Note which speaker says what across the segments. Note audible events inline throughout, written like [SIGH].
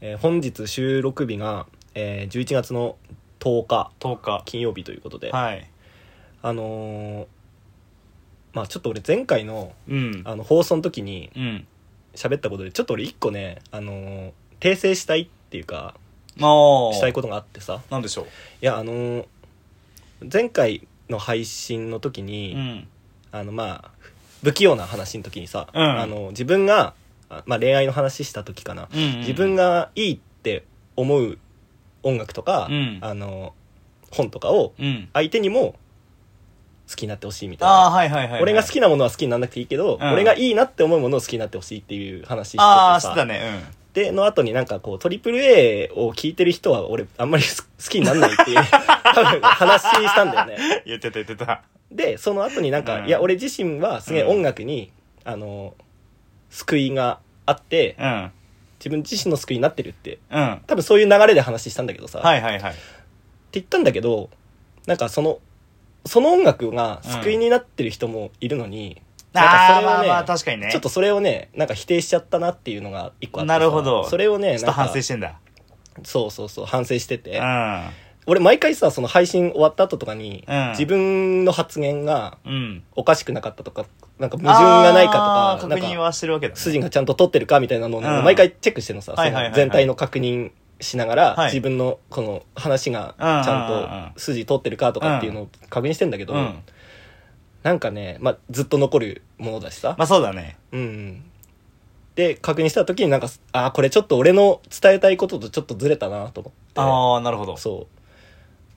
Speaker 1: えー本日収録日が、えー11月の10日
Speaker 2: 10日
Speaker 1: 金曜日ということで、
Speaker 2: はい
Speaker 1: あのーまあちょっと俺前回の
Speaker 2: うん
Speaker 1: あの放送の時に
Speaker 2: うん
Speaker 1: 喋ったことでちょっと俺一個ね、あのー訂正したいっていうか
Speaker 2: ああ
Speaker 1: したいことがあってさ
Speaker 2: なんでしょ
Speaker 1: いやあのー前回の配信の時
Speaker 2: う
Speaker 1: に、
Speaker 2: うん
Speaker 1: あのまあ不器用な話の時にさ、
Speaker 2: うん
Speaker 1: あの自分が、あまあ、恋愛の話した時かな、
Speaker 2: うんうん
Speaker 1: 自分がいいって思う音楽とか、
Speaker 2: うん
Speaker 1: あの本とかを
Speaker 2: うん
Speaker 1: 相手にも好きになってほしいみたい
Speaker 2: ああ
Speaker 1: な、
Speaker 2: はいはいはいはい
Speaker 1: 俺が好きなものは好きにならなくていいけど、
Speaker 2: うん
Speaker 1: 俺がいいなって思うものを好きになってほしいっていう話してて
Speaker 2: ああし
Speaker 1: さ
Speaker 2: てたね
Speaker 1: での後になんかこうトリプル a を聞いてる人は俺あんまり好好きにな [LAUGHS] らない
Speaker 2: [LAUGHS]
Speaker 1: っていう多分話したんだよね
Speaker 2: うん [LAUGHS] 言ってた言ってた
Speaker 1: でその後になんか、
Speaker 2: うん
Speaker 1: いや俺自身はすげえ音楽に、あの救いがあって
Speaker 2: うん
Speaker 1: 自分自身の救いになってるって
Speaker 2: うんは
Speaker 1: 多分そういう流れで話したんだけどさ、っ
Speaker 2: いはいはい
Speaker 1: て言ったんだけどなんかそのその音楽が救いになってる人もいるのに、なんか
Speaker 2: あ
Speaker 1: そ
Speaker 2: あ
Speaker 1: れを
Speaker 2: まあ
Speaker 1: ね
Speaker 2: まあ確かにね
Speaker 1: ちょっとそれをねなんか否定しちゃったなっていうのが一個あってさ
Speaker 2: なるほど
Speaker 1: それをね
Speaker 2: ちょっと反省
Speaker 1: し
Speaker 2: してんだ
Speaker 1: そうそうそう反省してて
Speaker 2: う
Speaker 1: 俺毎回さその配信終わった後とかに、
Speaker 2: うん
Speaker 1: 自分の発言が
Speaker 2: んうん
Speaker 1: おかしくなかったとかなんか矛盾がないか
Speaker 2: あ
Speaker 1: とか
Speaker 2: ー
Speaker 1: な
Speaker 2: 確認
Speaker 1: んか
Speaker 2: はしてるわけだね
Speaker 1: 筋がちゃんと取ってるかみたいなのをね
Speaker 2: うん
Speaker 1: 毎回チェックしてるのさ
Speaker 2: はいはいはいはい
Speaker 1: その全体の確認しながら、
Speaker 2: はい
Speaker 1: 自分のこの話がち
Speaker 2: うんうんうん
Speaker 1: ゃんと筋取ってるかとかっていうのを確認してんだけど、
Speaker 2: うん
Speaker 1: なんかね、まあ、ずっと残るものだしさ、
Speaker 2: まあそうだね
Speaker 1: うんうんで確認した時になんかああこれちょっと俺の伝えたいこととちょっとずれたなと思って
Speaker 2: ああなるほど
Speaker 1: そう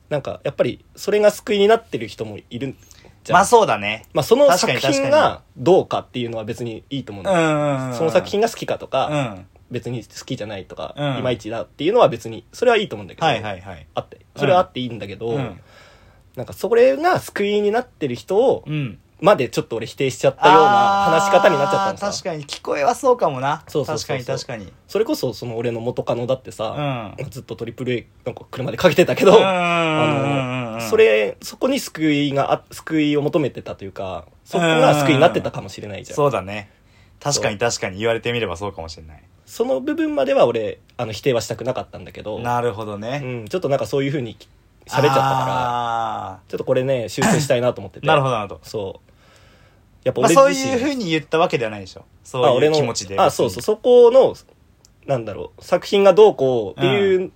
Speaker 1: なんかやっぱりそれが救いになってる人もいるじゃん
Speaker 2: まあそうだね
Speaker 1: まあ、その
Speaker 2: 確か
Speaker 1: 作
Speaker 2: に
Speaker 1: 品がどうかっていうのは別にいいと思うん
Speaker 2: う
Speaker 1: だよ、
Speaker 2: んうん
Speaker 1: その作品が好きかとか、
Speaker 2: うん
Speaker 1: 別に好きじゃないとか、
Speaker 2: うん
Speaker 1: いまいちだっていうのは別にそれはいいと思うんだけど、
Speaker 2: はいはいはい
Speaker 1: あってそれはあっていいんだけど、
Speaker 2: うん
Speaker 1: なんかそれが救いになってる人を
Speaker 2: うん
Speaker 1: までちょっと俺否定しちゃったような話し方になっちゃったの
Speaker 2: あ
Speaker 1: さ
Speaker 2: ー確かに聞こえはそうかもな
Speaker 1: そうそうそうそう
Speaker 2: 確かに確かに
Speaker 1: それこそその俺の元カノだってさ、
Speaker 2: うん
Speaker 1: ずっとトリプル a なんか車でかけてたけど、あ
Speaker 2: あ
Speaker 1: のそれそこに救いがあ救いを求めてたというかそこが救いになってたかもしれないじゃん
Speaker 2: そうだね確かに確かに言われてみればそうかもしれない
Speaker 1: その部分までは俺あの否定はしたくなかったんだけど、
Speaker 2: なるほど
Speaker 1: う
Speaker 2: ね
Speaker 1: ん、ちょっとなんかそういうふうに喋っちゃったから
Speaker 2: か
Speaker 1: ちょっとこれね修正したいなと思ってて
Speaker 2: なるほどなるほど
Speaker 1: そうやっぱ
Speaker 2: まあ
Speaker 1: 俺
Speaker 2: そう
Speaker 1: 自
Speaker 2: い
Speaker 1: 身
Speaker 2: うふうに言ったわけではないでしょ
Speaker 1: まあ
Speaker 2: そうい
Speaker 1: 俺
Speaker 2: う
Speaker 1: の
Speaker 2: 気持ちで
Speaker 1: あそうそう
Speaker 2: う
Speaker 1: そこのなんだろう作品がどうこうっていう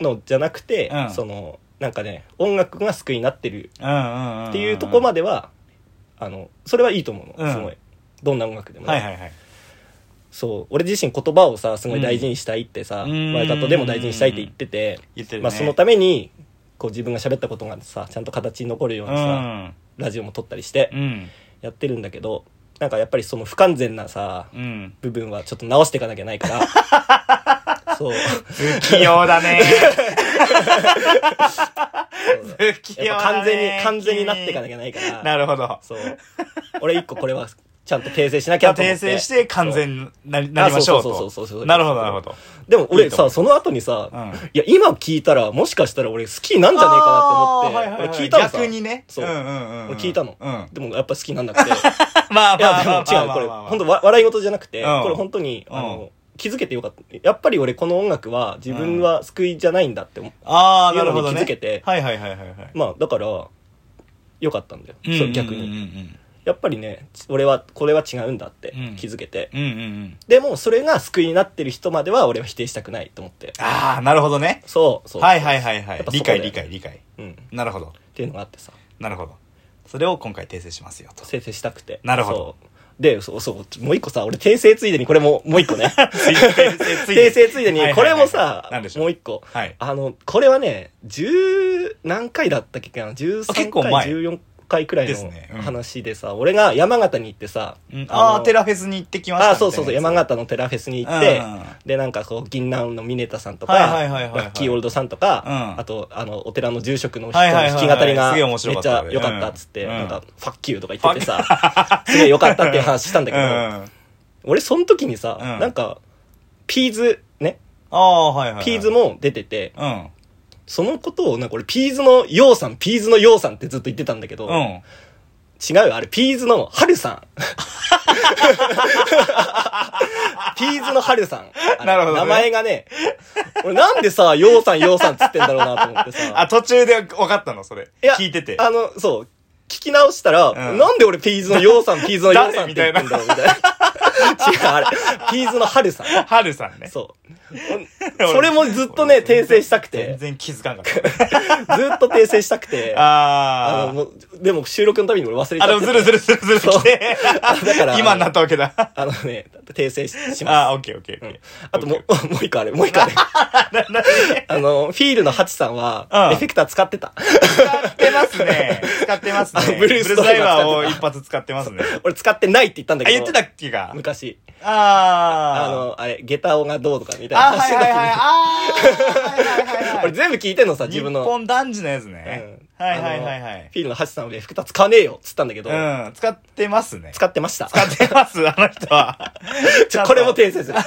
Speaker 1: のじゃなくて、
Speaker 2: うん
Speaker 1: そのなんかね音楽が救いになってる
Speaker 2: うんうんうんん
Speaker 1: っていうとこま
Speaker 2: で
Speaker 1: では、あのそれはいいと思うの、
Speaker 2: うん
Speaker 1: すごいどんな音楽でもね、
Speaker 2: はいはいはい
Speaker 1: そう俺自身言葉をさすごい大事にしたいってさ
Speaker 2: うん
Speaker 1: ワイカットでも大事にしたいって言ってて、
Speaker 2: 言ってる
Speaker 1: ま
Speaker 2: ね
Speaker 1: あ、そのためにこう自分が喋ったことがさちゃんと形に残るようにさ、ラジオも撮ったりして
Speaker 2: うんうん
Speaker 1: やってるんだけどなんかやっぱりその不完全なさ
Speaker 2: うん
Speaker 1: 部分はちょっと直していかなきゃないから [LAUGHS]
Speaker 2: [LAUGHS]
Speaker 1: そう
Speaker 2: 不器用だね不器用だね
Speaker 1: やっぱ完全に完全になっていかなきゃないから
Speaker 2: なるほど
Speaker 1: そう俺一個これはちゃんと訂正しなきゃと思っ
Speaker 2: 訂
Speaker 1: て
Speaker 2: 正して完全になりなりましょう
Speaker 1: あそうそうそうそうそう
Speaker 2: と。なるほど、なるほど。
Speaker 1: でも
Speaker 2: い
Speaker 1: 俺
Speaker 2: いと思
Speaker 1: さ
Speaker 2: う
Speaker 1: その後にさ、
Speaker 2: うん
Speaker 1: いや今聞いたらもしかしたら俺好きなんじゃねえかなって思って、
Speaker 2: あーはいはいはい
Speaker 1: 俺聞いたのさ
Speaker 2: 逆にね。
Speaker 1: そう、
Speaker 2: んうんうん
Speaker 1: 俺聞いたの
Speaker 2: うん。まあ
Speaker 1: でもやっぱ好きなんなくて [LAUGHS] い
Speaker 2: [LAUGHS] まあま
Speaker 1: や
Speaker 2: あ
Speaker 1: で
Speaker 2: まあまあ
Speaker 1: も違う
Speaker 2: まあ
Speaker 1: これ
Speaker 2: まあまあ
Speaker 1: 本当わ笑い事じゃなくて、
Speaker 2: うん
Speaker 1: これ本当にあ
Speaker 2: う
Speaker 1: の、気づけてよかったやっぱり俺この音楽は自分は救いじゃないんだって思う、
Speaker 2: ああ、なるほどね。
Speaker 1: いうのに気づけて
Speaker 2: はいはいはいはいはい。
Speaker 1: まあだからよかったんだよ、
Speaker 2: ん
Speaker 1: そう逆に
Speaker 2: に。
Speaker 1: やっぱりね俺はこれは違うんだって
Speaker 2: うん
Speaker 1: 気づけて、
Speaker 2: うんうんうん。
Speaker 1: でもそれが救いになってる人までは俺は否定したくないと思って
Speaker 2: ああ、なるほどね。
Speaker 1: そうそう
Speaker 2: はいはいはいは
Speaker 1: や
Speaker 2: い
Speaker 1: っぱ。そ
Speaker 2: 理
Speaker 1: こで
Speaker 2: 解理解理解。
Speaker 1: うん、っ
Speaker 2: なるほど。
Speaker 1: ていうのがあってさ
Speaker 2: なるほど。それを今回訂正しますよと。
Speaker 1: 訂正したくて
Speaker 2: なるほど
Speaker 1: そうでそうそうもう一個さ俺訂正ついでにこれももう一個
Speaker 2: [LAUGHS]
Speaker 1: ね訂
Speaker 2: 訂
Speaker 1: 正ついでにこれもさ
Speaker 2: なんでしょ
Speaker 1: もう
Speaker 2: う。
Speaker 1: 一個
Speaker 2: はい。
Speaker 1: あのこれはね10何回だったっけかな13
Speaker 2: あ結
Speaker 1: 回
Speaker 2: 構前
Speaker 1: 14回くらい
Speaker 2: ですねう
Speaker 1: の
Speaker 2: ん
Speaker 1: 話でさ俺が山形に行ってさ
Speaker 2: うんああ、
Speaker 1: の
Speaker 2: テラフェスに行ってきました
Speaker 1: あ
Speaker 2: みたいなやつ。
Speaker 1: そうそうそう山形のテラフェスに行って、
Speaker 2: うん
Speaker 1: でなんかこう銀杏のミネタさんとか
Speaker 2: はいはいはいはいはい
Speaker 1: ラッキーオールドさんとか、
Speaker 2: うん
Speaker 1: あとあのお寺の住職の人の
Speaker 2: はいはいはい
Speaker 1: 弾き語りが
Speaker 2: すげえ
Speaker 1: めっ
Speaker 2: 面
Speaker 1: ちゃ
Speaker 2: 白か
Speaker 1: 良
Speaker 2: ったよね
Speaker 1: かったっつって、
Speaker 2: うん
Speaker 1: なんか「ファッキュー」とか言っててさ [LAUGHS] すげえ良かったっていう話したんだけど、
Speaker 2: うん。
Speaker 1: 俺その時にさ、
Speaker 2: うん
Speaker 1: なんかピーズね
Speaker 2: ああ、はいはいはい。
Speaker 1: ピーズも出てて、
Speaker 2: うん。
Speaker 1: そのことをなんか俺ピーズのようさんピーズのようさんってずっと言ってたんだけど、
Speaker 2: うん。
Speaker 1: 違うよあれピーズの春さん [LAUGHS] ピーズのハルさん。あれ
Speaker 2: なるほどね
Speaker 1: 名前がね、俺なんでさ、ヨウさんヨウさんっつってんだろうなと思ってさ。
Speaker 2: [LAUGHS] あ、途中で分かったの、それ。
Speaker 1: いや
Speaker 2: 聞いてて。
Speaker 1: あの、そう。聞き直したら、
Speaker 2: うん
Speaker 1: なんで俺ピーズのヨウさん、ピーズのヨウさんって言って
Speaker 2: 誰
Speaker 1: んだろうみたい
Speaker 2: [LAUGHS]
Speaker 1: な。違う、あれ。ピーズのハルさん。
Speaker 2: はるさんね。
Speaker 1: そう。それもずっとね、訂正したく
Speaker 2: 全
Speaker 1: て、ず
Speaker 2: 然気づかんか
Speaker 1: [LAUGHS]
Speaker 2: った。
Speaker 1: っと訂正したくて、あの、も
Speaker 2: あ
Speaker 1: うでも収録のために俺忘れちゃ
Speaker 2: ー。あ、
Speaker 1: って
Speaker 2: でもずるずるずるずる
Speaker 1: そう
Speaker 2: 来て。
Speaker 1: だから
Speaker 2: [LAUGHS] 今になったわけだ。あ
Speaker 1: あのね、訂正しします。
Speaker 2: ー、オッケーオッケーオッ
Speaker 1: う
Speaker 2: ケ
Speaker 1: ん
Speaker 2: ー。
Speaker 1: あともう、もう一個ある、もう一個ある。あの、フィールのハチさんは
Speaker 2: う、
Speaker 1: エ
Speaker 2: ん
Speaker 1: フェクター使ってた。
Speaker 2: 使ってま
Speaker 1: [LAUGHS]
Speaker 2: すね。使ってますね
Speaker 1: あ。ブルース
Speaker 2: ブ
Speaker 1: ド
Speaker 2: ラ
Speaker 1: ラ
Speaker 2: イ
Speaker 1: イ
Speaker 2: バ
Speaker 1: バ
Speaker 2: ー
Speaker 1: ー
Speaker 2: を
Speaker 1: を
Speaker 2: 一発使ってますね。
Speaker 1: 俺使ってないって言ったんだ
Speaker 2: あ、
Speaker 1: けど。
Speaker 2: 言ってたっけか。
Speaker 1: 昔。あ
Speaker 2: あー。
Speaker 1: の、あれ、下駄音がどうとかみたいな
Speaker 2: あ、は
Speaker 1: 話
Speaker 2: い
Speaker 1: の
Speaker 2: はい
Speaker 1: 時
Speaker 2: はい。
Speaker 1: に。
Speaker 2: あー。はいはいはいはい
Speaker 1: [LAUGHS] 俺全部聞いてんのさ、
Speaker 2: 日
Speaker 1: 自分の。
Speaker 2: 本男児のやつ
Speaker 1: うん。
Speaker 2: ねはいはいはいは
Speaker 1: あのフ。
Speaker 2: い
Speaker 1: ィールのハチさんはエフェクター使わねえよっつったんだけど、
Speaker 2: うん。使ってますね。
Speaker 1: 使ってました。
Speaker 2: 使ってます、 [LAUGHS] あの人
Speaker 1: [LAUGHS]
Speaker 2: は。
Speaker 1: ち [LAUGHS] ょこれも訂正する。
Speaker 2: [LAUGHS]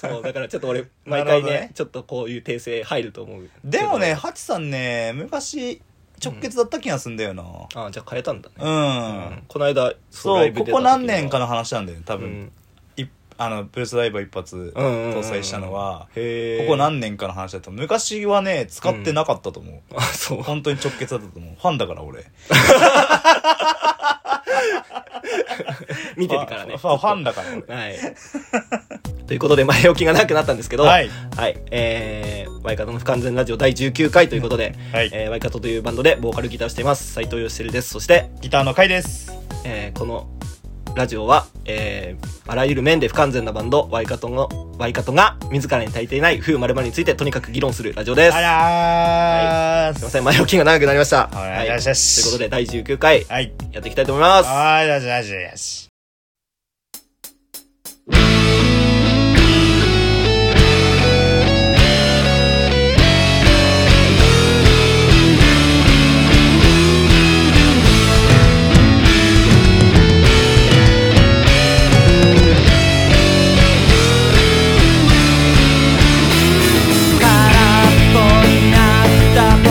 Speaker 1: そう、だからちょっと俺、毎回ね
Speaker 2: なるほどね
Speaker 1: ちょっとこういう訂正入ると思う。
Speaker 2: でもね、、ハチさんね、昔、直結だった気がすんだよな。
Speaker 1: ああ、じゃあ変えたんだね。
Speaker 2: う
Speaker 1: う
Speaker 2: ん。
Speaker 1: んこの間、
Speaker 2: そう、ここ何年か
Speaker 1: な。
Speaker 2: の話なんだよね、多
Speaker 1: う
Speaker 2: 分
Speaker 1: ん。。
Speaker 2: いあの、ブルースドライバー一発
Speaker 1: うんうんうん
Speaker 2: 搭載したのは、
Speaker 1: へ
Speaker 2: こ
Speaker 1: え。
Speaker 2: こ何年かの話だと、昔はね、使ってなかったと思
Speaker 1: [LAUGHS] あ、そう
Speaker 2: う。。本当に直結だったと思う。ファンだから俺。
Speaker 1: 見ててから [LAUGHS] ね。
Speaker 2: ファファンだから俺。
Speaker 1: はい。 [LAUGHS] ということで、前置きがなくなったんですけど、
Speaker 2: はい
Speaker 1: えー、ワイカトの不完全ラジオ第19回ということで、
Speaker 2: はい
Speaker 1: えーワイカトというバンドでボーカルギターをしています、斉藤義輝です。そして、
Speaker 2: ギターの回です。
Speaker 1: えーこのラジオは、えーあらゆる面で不完全なバンドワイカトのワイカトが自らに足りていない風まるについてとにかく議論するラジオです。
Speaker 2: あらー
Speaker 1: すいません前置きが長くなりました。
Speaker 2: は
Speaker 1: と
Speaker 2: い
Speaker 1: い
Speaker 2: よ
Speaker 1: う
Speaker 2: しよし
Speaker 1: ことで第19回
Speaker 2: はい。
Speaker 1: やっていきたいと思います。
Speaker 2: はい、よしよしよし。
Speaker 3: 空っぽになったポケッ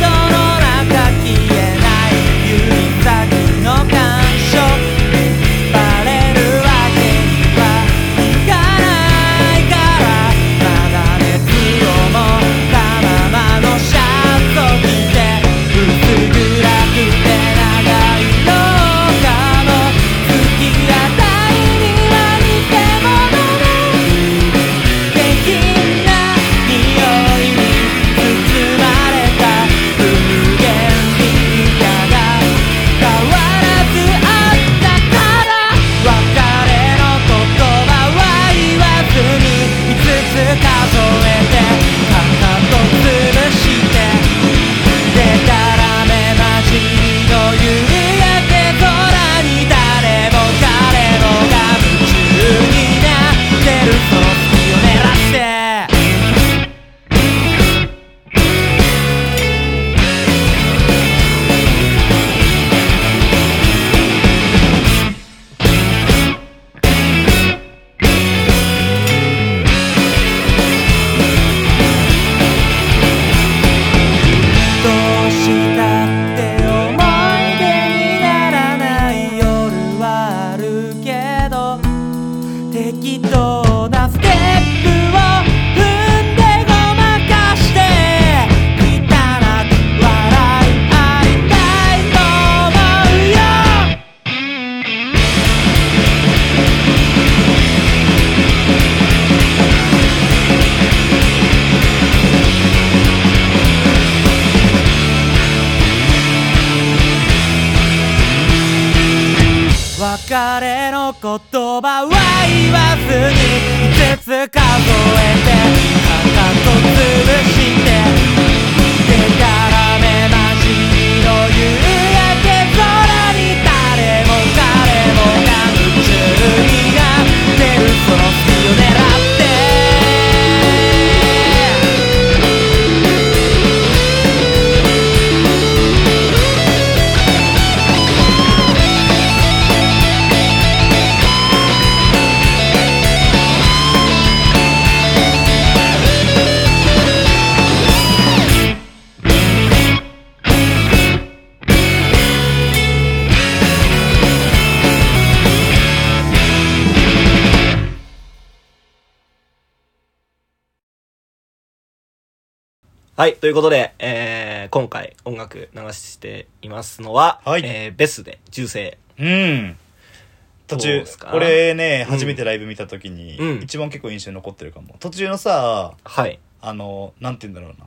Speaker 3: トの中消えない指先の感触バレるわけにはいかないからまだ熱を持ったままのシャツを着て薄暗くて長い廊下の月が台には似て戻る「素敵な匂いに包まれた」「無限にいたが変わらずあったから」「別れの言葉は言わずに5つ数えて」「かかと潰して」「でたらめまじりの夕焼け空に誰も彼もが夢中になってる」「その隙を狙って」「どうしたって思い出にならない夜はあるけど」「適当なステップを踏んでごまかして」「汚く笑い合いたいと思うよ」別れの言葉は言わずに5つ数えてかかと潰してでたらめまじりの夕焼け空に誰も彼もが夢中になってるその隙を狙って
Speaker 1: 「はい、ということで、えー、今回音楽流していますのは、
Speaker 2: はい
Speaker 1: えー、ベスで、銃声。
Speaker 2: うん。途
Speaker 1: どう
Speaker 2: 中
Speaker 1: ですか、
Speaker 2: 俺ね、
Speaker 1: うん
Speaker 2: 初めてライブ見た時に、
Speaker 1: うん
Speaker 2: 一番結構印象に残ってるかも。途中のさ、
Speaker 1: はい。
Speaker 2: あの、なんて言うんだろうな。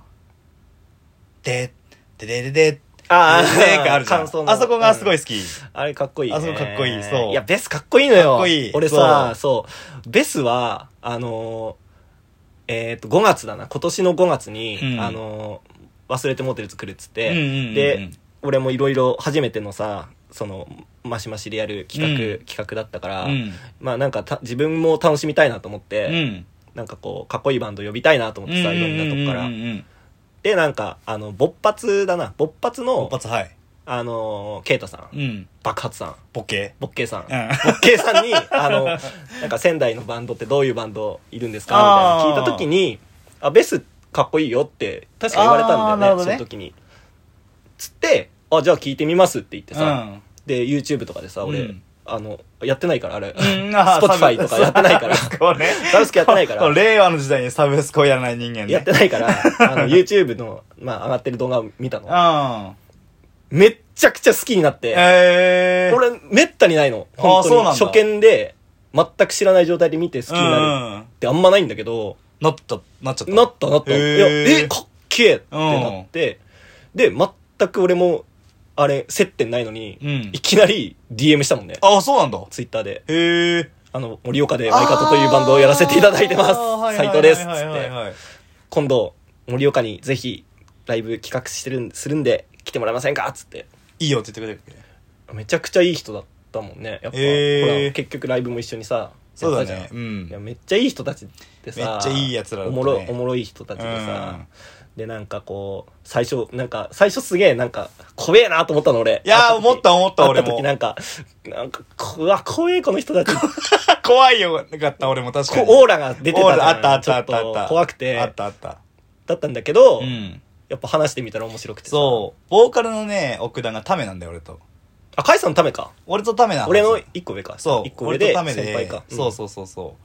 Speaker 2: で、でででで、
Speaker 1: あ
Speaker 2: でがあるじゃん。あ
Speaker 1: 感想の
Speaker 2: そこがすごい好き。
Speaker 1: あれかっこいい、ね。
Speaker 2: あそこかっこいいそう
Speaker 1: や、ベスかっこいいのよ。
Speaker 2: かっこいい
Speaker 1: 俺さ、そうベスは、あのー、えっ、と、5月だな。今年の5月に、
Speaker 2: うん
Speaker 1: あのー、忘れてモテる作るっつっ
Speaker 2: う
Speaker 1: て、
Speaker 2: んうんうんうん
Speaker 1: で、俺もいろいろ初めてのさ、その、マシマシでやる企画、
Speaker 2: う
Speaker 1: 企画だったから、
Speaker 2: うん。
Speaker 1: まあなんかた自分も楽しみたいなと思っ
Speaker 2: う
Speaker 1: て、
Speaker 2: ん。
Speaker 1: なんかこう、かっこいいバンド呼びたいなと思ってさ、いろんなとこから
Speaker 2: うんうん。うんうん。
Speaker 1: で、なんか、あの、勃発だな。勃発の、
Speaker 2: 一発はい。
Speaker 1: あのー、ケイタさん、
Speaker 2: うん。
Speaker 1: 爆発さん、
Speaker 2: ボケ。
Speaker 1: ボッケイさん、
Speaker 2: うん。
Speaker 1: ボッケイさんに、あの、なんか仙台のバンドってどういうバンドいるんですかみたいな聞いた時に、あ、ベスかっこいいよって、確か言われたんだ
Speaker 2: あーなる
Speaker 1: よね、
Speaker 2: ほど
Speaker 1: そ
Speaker 2: ね
Speaker 1: の時に。つって、あ、じゃあ聞いてみますって言って
Speaker 2: う
Speaker 1: さ、
Speaker 2: ん。
Speaker 1: で、YouTube とかでさ、俺、
Speaker 2: うん
Speaker 1: あの、やってないから、あれ、
Speaker 2: うんあー
Speaker 1: [LAUGHS] Spotify とかやってない
Speaker 2: [LAUGHS]
Speaker 1: から
Speaker 2: サブスクをね。
Speaker 1: サブスクやって
Speaker 2: [LAUGHS]
Speaker 1: ないから
Speaker 2: 令和の時代にサブスクをやらない人間ね。
Speaker 1: やってないから、あの、YouTube の、まあ、上がってる動画を見たの。
Speaker 2: うん。
Speaker 1: めっちゃくちゃ好きになって、
Speaker 2: えー。
Speaker 1: 俺、めったにないの。
Speaker 2: あー
Speaker 1: 本
Speaker 2: そう
Speaker 1: 当
Speaker 2: なん
Speaker 1: に。
Speaker 2: だ
Speaker 1: 初見で、全く知らない状態で見て好きになる
Speaker 2: うんうん
Speaker 1: ってあんまないんだけど、
Speaker 2: なった、なっちゃった。
Speaker 1: なったなった。い
Speaker 2: へ
Speaker 1: や、
Speaker 2: ー
Speaker 1: え、かっけえってなって、で、全く俺も、あれ、接点ないのに、
Speaker 2: うん
Speaker 1: いきなり DM したもんね。
Speaker 2: あ、そうなんだ。
Speaker 1: ツイッターで。
Speaker 2: へえ。
Speaker 1: あの、森岡でワイカトというバンドをやらせていただいてます。斉藤です。つ
Speaker 2: はいはいはい
Speaker 1: って。
Speaker 2: はいはい。
Speaker 1: 今度、森岡にぜひ、ライブ企画してるん、するんで、来てもらえませんかつって。
Speaker 2: いいよって言ってくれる。
Speaker 1: めちゃくちゃいい人だったもんねやっぱ、
Speaker 2: へー
Speaker 1: ほら結局ライブも一緒にさ
Speaker 2: そうだ
Speaker 1: やった
Speaker 2: ね。
Speaker 1: じ
Speaker 2: う
Speaker 1: ゃんいや
Speaker 2: ん。
Speaker 1: めっちゃいい人たちってさ
Speaker 2: めっちゃいい奴らだ
Speaker 1: お
Speaker 2: ったね
Speaker 1: もろおもろい人たちでさ、
Speaker 2: うん
Speaker 1: でなんかこう最初なんか最初すげえなんか怖えなと思ったの俺
Speaker 2: いや
Speaker 1: 会
Speaker 2: ー
Speaker 1: 時
Speaker 2: 思った思った俺も
Speaker 1: 会時なんかなんかこうわ怖えこの人たち
Speaker 2: 怖いよ、なかった、俺も確か
Speaker 1: こ
Speaker 2: に。
Speaker 1: うオーラが出てたじゃん
Speaker 2: オーラあったあったあった
Speaker 1: ちょ
Speaker 2: あ
Speaker 1: っ
Speaker 2: った
Speaker 1: と。怖く
Speaker 2: あってたあった。
Speaker 1: だったんだけど、
Speaker 2: うん。
Speaker 1: やっぱ話してみたら面白くてさ
Speaker 2: そう。ボーカルのね、奥田がタメなんだよ、俺と。
Speaker 1: あ甲斐さんのためか
Speaker 2: 俺とタメなん
Speaker 1: 俺の一個上か
Speaker 2: そう
Speaker 1: 一。個上で
Speaker 2: 俺とタメ
Speaker 1: 先輩か
Speaker 2: そうそうそうそ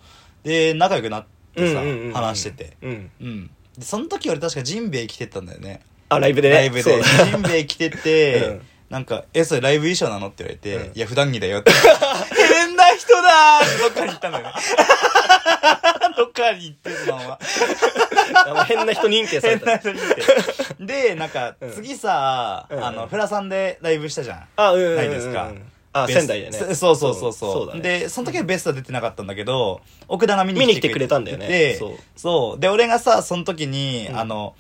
Speaker 2: う。で、仲良くなっ
Speaker 1: うん
Speaker 2: てさ
Speaker 1: うんうんうんうん、
Speaker 2: 話してて。
Speaker 1: うん
Speaker 2: うん。でその時俺確かジンベエ着てったんだよね。
Speaker 1: あライブでね
Speaker 2: ライブ
Speaker 1: そう
Speaker 2: で。ジンベエ着て [LAUGHS] て、
Speaker 1: うん
Speaker 2: なんか、え、それライブ衣装なのって言われて、
Speaker 1: うん
Speaker 2: いや、普段着だよって。 [LAUGHS] 変な人だーってどっかに行ったんだよね。 [LAUGHS] どっかに行って、そのまま。
Speaker 1: あの変な人認定され
Speaker 2: [LAUGHS] 変
Speaker 1: た
Speaker 2: な
Speaker 1: ね。
Speaker 2: 人に行って。で、なんか
Speaker 1: う、ん
Speaker 2: 次さ、
Speaker 1: うん
Speaker 2: あの、フラさんでライブしたじゃん。
Speaker 1: あ、うんうんうんうん。
Speaker 2: ないですか
Speaker 1: あ、
Speaker 2: ベス
Speaker 1: 仙台でね。
Speaker 2: そそうそうそ
Speaker 1: そ
Speaker 2: うそうう
Speaker 1: だね。
Speaker 2: でその時はベストは出てなかったんだけど奥田が見に
Speaker 1: 見に来てくれたんだよね
Speaker 2: で
Speaker 1: そう
Speaker 2: そうで俺がさその時に、
Speaker 1: うん
Speaker 2: あの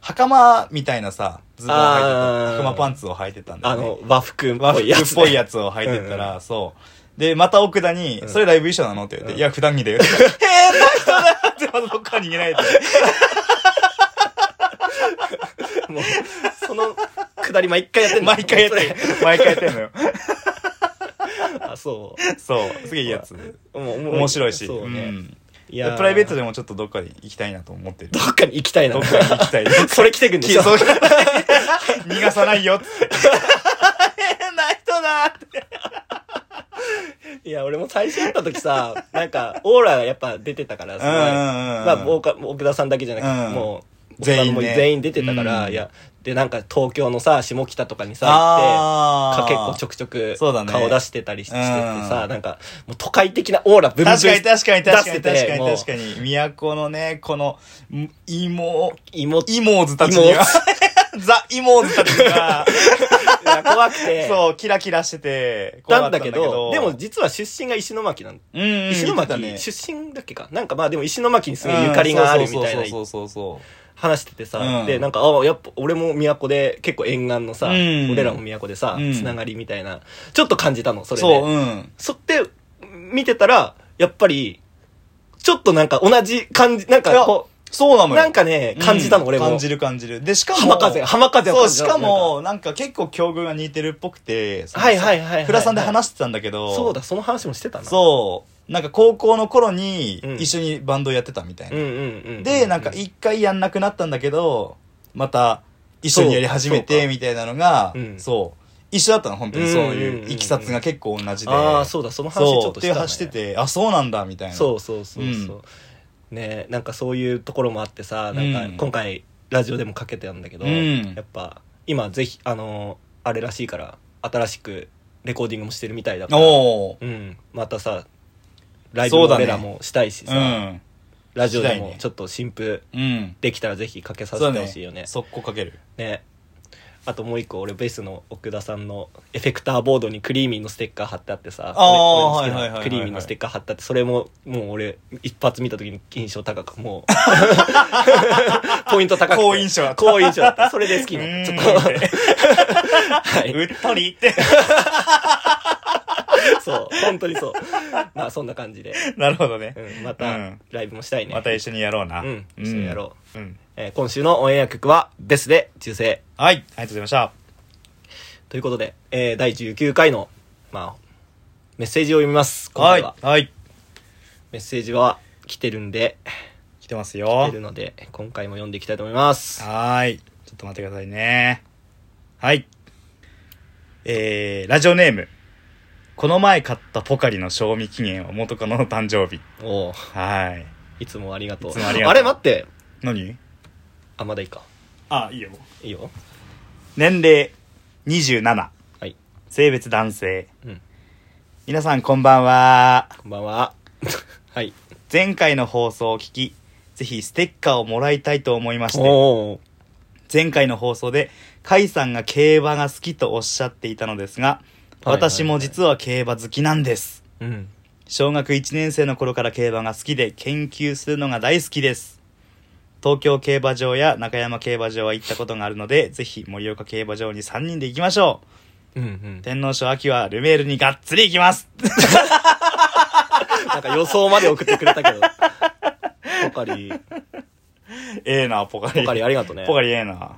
Speaker 2: 袴みたいなさズボンを履いて
Speaker 1: あー
Speaker 2: た袴パンツを履いてたんだ
Speaker 1: あ
Speaker 2: よね
Speaker 1: の、和服っ
Speaker 2: 和
Speaker 1: ぽ
Speaker 2: 服っ
Speaker 1: いやつね。
Speaker 2: ぽいやつを履いてたら、そうでまた奥田に、
Speaker 1: ん
Speaker 2: それライブ衣装なの?」って言われて「
Speaker 1: うん
Speaker 2: いや普段着だよ」 [LAUGHS] 変な人だなってまたどっかに逃げられて
Speaker 1: もう、その、くだり毎回やってんの
Speaker 2: 毎回やってる。毎回やってんのよ
Speaker 1: [LAUGHS] あ、そ
Speaker 2: [LAUGHS] そうすげえいいやつ
Speaker 1: う。もう
Speaker 2: 面白いし
Speaker 1: そう
Speaker 2: う
Speaker 1: ね。
Speaker 2: ん
Speaker 1: いや
Speaker 2: プライベート
Speaker 1: で。
Speaker 2: でもちょっとどっかに行きたいなと思ってる
Speaker 1: どっかに行きたいな
Speaker 2: どっ。かに行きたいです
Speaker 1: それ来てくんでしょ
Speaker 2: [LAUGHS] そう逃がさないよ
Speaker 1: [LAUGHS]
Speaker 2: っつって。変な人だって。
Speaker 1: いや、俺も最初会った時
Speaker 2: [LAUGHS]
Speaker 1: さ、なんか、オーラがやっぱ出てたから、すごい。
Speaker 2: うんうんうん
Speaker 1: まあ、僕は奥田さんだけじゃなく
Speaker 2: う
Speaker 1: て、
Speaker 2: ん
Speaker 1: もう、
Speaker 2: 全員ね
Speaker 1: 僕はもう全員出てたから、
Speaker 2: うん
Speaker 1: いや、で、なんか東京のさ、下北とかにさ、行って、か
Speaker 2: あ
Speaker 1: 結構ちょくちょく
Speaker 2: そうだね
Speaker 1: 顔出してたりしててさ、
Speaker 2: うん
Speaker 1: なんかもう都会的なオーラブンブン
Speaker 2: 確かに確かに確かに
Speaker 1: 出
Speaker 2: 確
Speaker 1: して
Speaker 2: か
Speaker 1: て
Speaker 2: に
Speaker 1: もう
Speaker 2: 確かに。都のね、この、ん妹、
Speaker 1: 芋
Speaker 2: 妹たちには、 [LAUGHS] ザ・妹たちが、
Speaker 1: いや怖くて
Speaker 2: [LAUGHS] そう、キラキラしてて、怖か
Speaker 1: な
Speaker 2: っ
Speaker 1: ん
Speaker 2: た
Speaker 1: だけどでも、実は出身が石巻なん
Speaker 2: うんうん、
Speaker 1: 石
Speaker 2: 言って
Speaker 1: 巻、
Speaker 2: たね
Speaker 1: 出身だっけかなんかまあでも石巻にすごいゆかりがあるみたい
Speaker 2: うんそ
Speaker 1: な
Speaker 2: うそうそうそうそう
Speaker 1: 話しててさ、
Speaker 2: うん
Speaker 1: でなんかあやっぱ俺も都で結構沿岸のさ、
Speaker 2: うん
Speaker 1: 俺らも都でさ
Speaker 2: うん
Speaker 1: つながりみたいなちょっと感じたのそれで
Speaker 2: そう。そう、うん。
Speaker 1: そって見てたらやっぱりちょっとなんか同じ感じなん
Speaker 2: いや
Speaker 1: かこう
Speaker 2: そうなのよ。
Speaker 1: なんかね、 [LAUGHS] 感じたの、
Speaker 2: うん
Speaker 1: 俺も。
Speaker 2: 感じる感じる。で、しかも、
Speaker 1: 浜風、浜風を
Speaker 2: そ
Speaker 1: 感
Speaker 2: う、
Speaker 1: じ
Speaker 2: したか、も、なんか結構境遇が似てるっぽくて、その
Speaker 1: はいはいはいはいはい
Speaker 2: フラさんで話してたんだけ
Speaker 1: な
Speaker 2: ど、
Speaker 1: んかそうだ、その話もしてたな。
Speaker 2: そう、なんか高校の頃に
Speaker 1: うん
Speaker 2: 一緒にバンドやってたみたいな。
Speaker 1: うんうんうん。
Speaker 2: で、なんか一回やんなくなったんだけど、また一緒にやり始め
Speaker 1: そうそう
Speaker 2: て
Speaker 1: か
Speaker 2: みたいなのが、
Speaker 1: う
Speaker 2: そうん一緒だったの、本当にそう
Speaker 1: うんうんうん
Speaker 2: いううんいきさつが結構同じで。
Speaker 1: ああ、そうだ、その話ちょっとした、ね。
Speaker 2: そうってしてて、あ、そうなんだ、みたいな。
Speaker 1: そうそうそうそう。ねなんかそういうところもあってさ、なん
Speaker 2: う
Speaker 1: か
Speaker 2: ん
Speaker 1: 今回、ラジオでもかけてたんだけど、
Speaker 2: うん
Speaker 1: やっぱ今ぜひあのあれらしいから新しくレコーディングもしてるみたいだから
Speaker 2: おー。
Speaker 1: うん、またさライブ
Speaker 2: そうだね
Speaker 1: 俺らもしたいし
Speaker 2: う
Speaker 1: さ、
Speaker 2: ん。
Speaker 1: ラジオで
Speaker 2: したい
Speaker 1: も
Speaker 2: ね
Speaker 1: ちょっと新譜
Speaker 2: うん。
Speaker 1: できたらぜひかけさ
Speaker 2: そ
Speaker 1: せ
Speaker 2: う
Speaker 1: て
Speaker 2: だ
Speaker 1: ほしいよね
Speaker 2: ね。速攻かける。
Speaker 1: ねあともう一個俺ベースの奥田さんのエフェクターボードにクリーミーのステッカー貼ってあってさ
Speaker 2: あ
Speaker 1: 俺俺の好
Speaker 2: ー
Speaker 1: きな
Speaker 2: はいはいはいはいはい
Speaker 1: クリーミーのステッカー貼ってあってそれももう俺一発見た時に印象高くも
Speaker 2: [LAUGHS]
Speaker 1: うポイント高くて
Speaker 2: 好印象だった
Speaker 1: 好印象だったそれで好きになったちょ
Speaker 2: [LAUGHS]
Speaker 1: っとはいう
Speaker 2: っとり [LAUGHS] って。
Speaker 1: そう本当にそうまあそんな感じで、
Speaker 2: なるほどね。
Speaker 1: うん、ま
Speaker 2: う
Speaker 1: た
Speaker 2: ん
Speaker 1: ライブもしたいね、
Speaker 2: また一緒にやろうな。
Speaker 1: うん一緒にやろ
Speaker 2: う。うん。
Speaker 1: えー今週のオンエア曲は「ベス」で「中世」
Speaker 2: はい。ありがとうございました。
Speaker 1: ということで、えー第19回の、まあ、メッセージを読みます。今
Speaker 2: は
Speaker 1: 回
Speaker 2: い。
Speaker 1: は、
Speaker 2: はい。
Speaker 1: メッセージは来てるんで、
Speaker 2: 来てます
Speaker 1: 来
Speaker 2: よ
Speaker 1: て。るので、今回も読んでいきたいと思います。
Speaker 2: はーい。ちょっと待ってくださいね。はい。えー、ラジオネーム。この前買ったポカリの賞味期限は元カノの誕生日。
Speaker 1: おう
Speaker 2: はい。
Speaker 1: いつもありがとう。
Speaker 2: いつもありがとう
Speaker 1: れ待って。
Speaker 2: 何
Speaker 1: あ、まだいいか。
Speaker 2: あ、いいよ。
Speaker 1: いいよ。
Speaker 2: 年齢27。
Speaker 1: はい。
Speaker 2: 性別男性。
Speaker 1: うん。
Speaker 2: 皆さんこんばんは。
Speaker 1: こんばんは。 [LAUGHS] はい。
Speaker 2: 前回の放送を聞き、ぜひステッカーをもらいたいと思いまして、
Speaker 1: おお。
Speaker 2: 前回の放送で、カイさんが競馬が好きとおっしゃっていたのですが、
Speaker 1: はいはいはい
Speaker 2: 私も実は競馬好きなんです。
Speaker 1: うん。
Speaker 2: 小学1年生の頃から競馬が好きで研究するのが大好きです東京競馬場や中山競馬場は行ったことがあるのでぜひ盛岡競馬場に3人で行きましょ
Speaker 1: うんう。
Speaker 2: うん天皇賞秋はルメールにがっつり行きます
Speaker 1: なんか予想まで送ってくれたけど。 [LAUGHS] ポカリ、
Speaker 2: ええなポカリ
Speaker 1: ポカリありがとうね。
Speaker 2: ポカリええな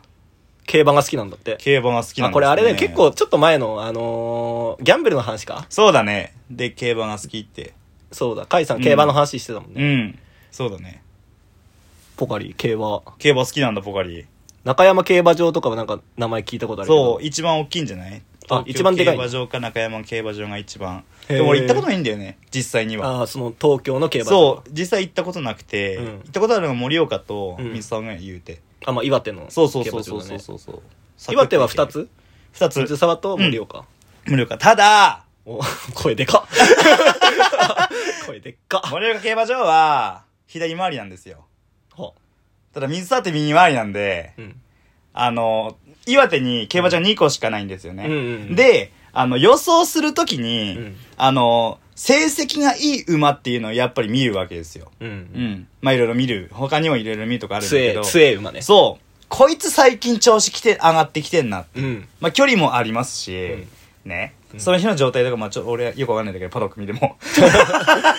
Speaker 1: 競馬が好きなんだって。
Speaker 2: 競馬が好きなんです、ね、
Speaker 1: あ、これあれだよ。結構ちょっと前の、あのーギャンブルの話か
Speaker 2: そうだねで競馬が好きって
Speaker 1: そうだ。カイさん競馬の話してたもんね。
Speaker 2: うんそうだね
Speaker 1: ポカリ、競馬。
Speaker 2: 競馬好きなんだポカリ
Speaker 1: 中山競馬場とかはなんか名前聞いたことあるけど
Speaker 2: そう一番大きいんじゃない
Speaker 1: あ一番でかい
Speaker 2: 東
Speaker 1: ね
Speaker 2: 京競馬場か中山競馬場が一番
Speaker 1: へえ
Speaker 2: でも俺行ったことないんだよね実際には
Speaker 1: あーその東京の競馬場
Speaker 2: そう実際行ったことなくて、
Speaker 1: うん
Speaker 2: 行ったことあるのが盛岡と
Speaker 1: うん
Speaker 2: 水沢ぐらい言うて、
Speaker 1: あ、まあ、岩手の競
Speaker 2: そう
Speaker 1: 馬
Speaker 2: そうそう
Speaker 1: 場
Speaker 2: そう
Speaker 1: だ
Speaker 2: そ
Speaker 1: ね
Speaker 2: うそうそう
Speaker 1: 岩手は2つ
Speaker 2: 2
Speaker 1: 水
Speaker 2: つ
Speaker 1: 沢と盛岡、
Speaker 2: 盛岡ただ
Speaker 1: お声で
Speaker 2: [LAUGHS]
Speaker 1: かっ声でっかっ
Speaker 2: 盛岡競馬場は左回りなんですよ
Speaker 1: は
Speaker 2: ただ水沢って右回りなんで
Speaker 1: うん
Speaker 2: あの岩手に競馬場2個しかないんですよね、
Speaker 1: うんうんうん
Speaker 2: であの予想するときに、
Speaker 1: うん
Speaker 2: あの成績がいい馬っていうのをやっぱり見るわけですよ
Speaker 1: う
Speaker 2: うんんまあいろいろ見る他にもいろいろ見るとかあるんだけ
Speaker 1: 強え
Speaker 2: ど
Speaker 1: 強え馬ね
Speaker 2: そうこいつ最近調子きて上がってきてんなって
Speaker 1: うん
Speaker 2: まあ、距離もありますし、
Speaker 1: うん
Speaker 2: ね、
Speaker 1: うん
Speaker 2: その日の状態とか、まあ、ちょ、俺はよくわかんないんだけど、パドック見ても。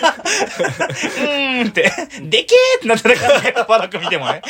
Speaker 2: うーんって、 [LAUGHS] でけーってなってたからね、パドック見てもね。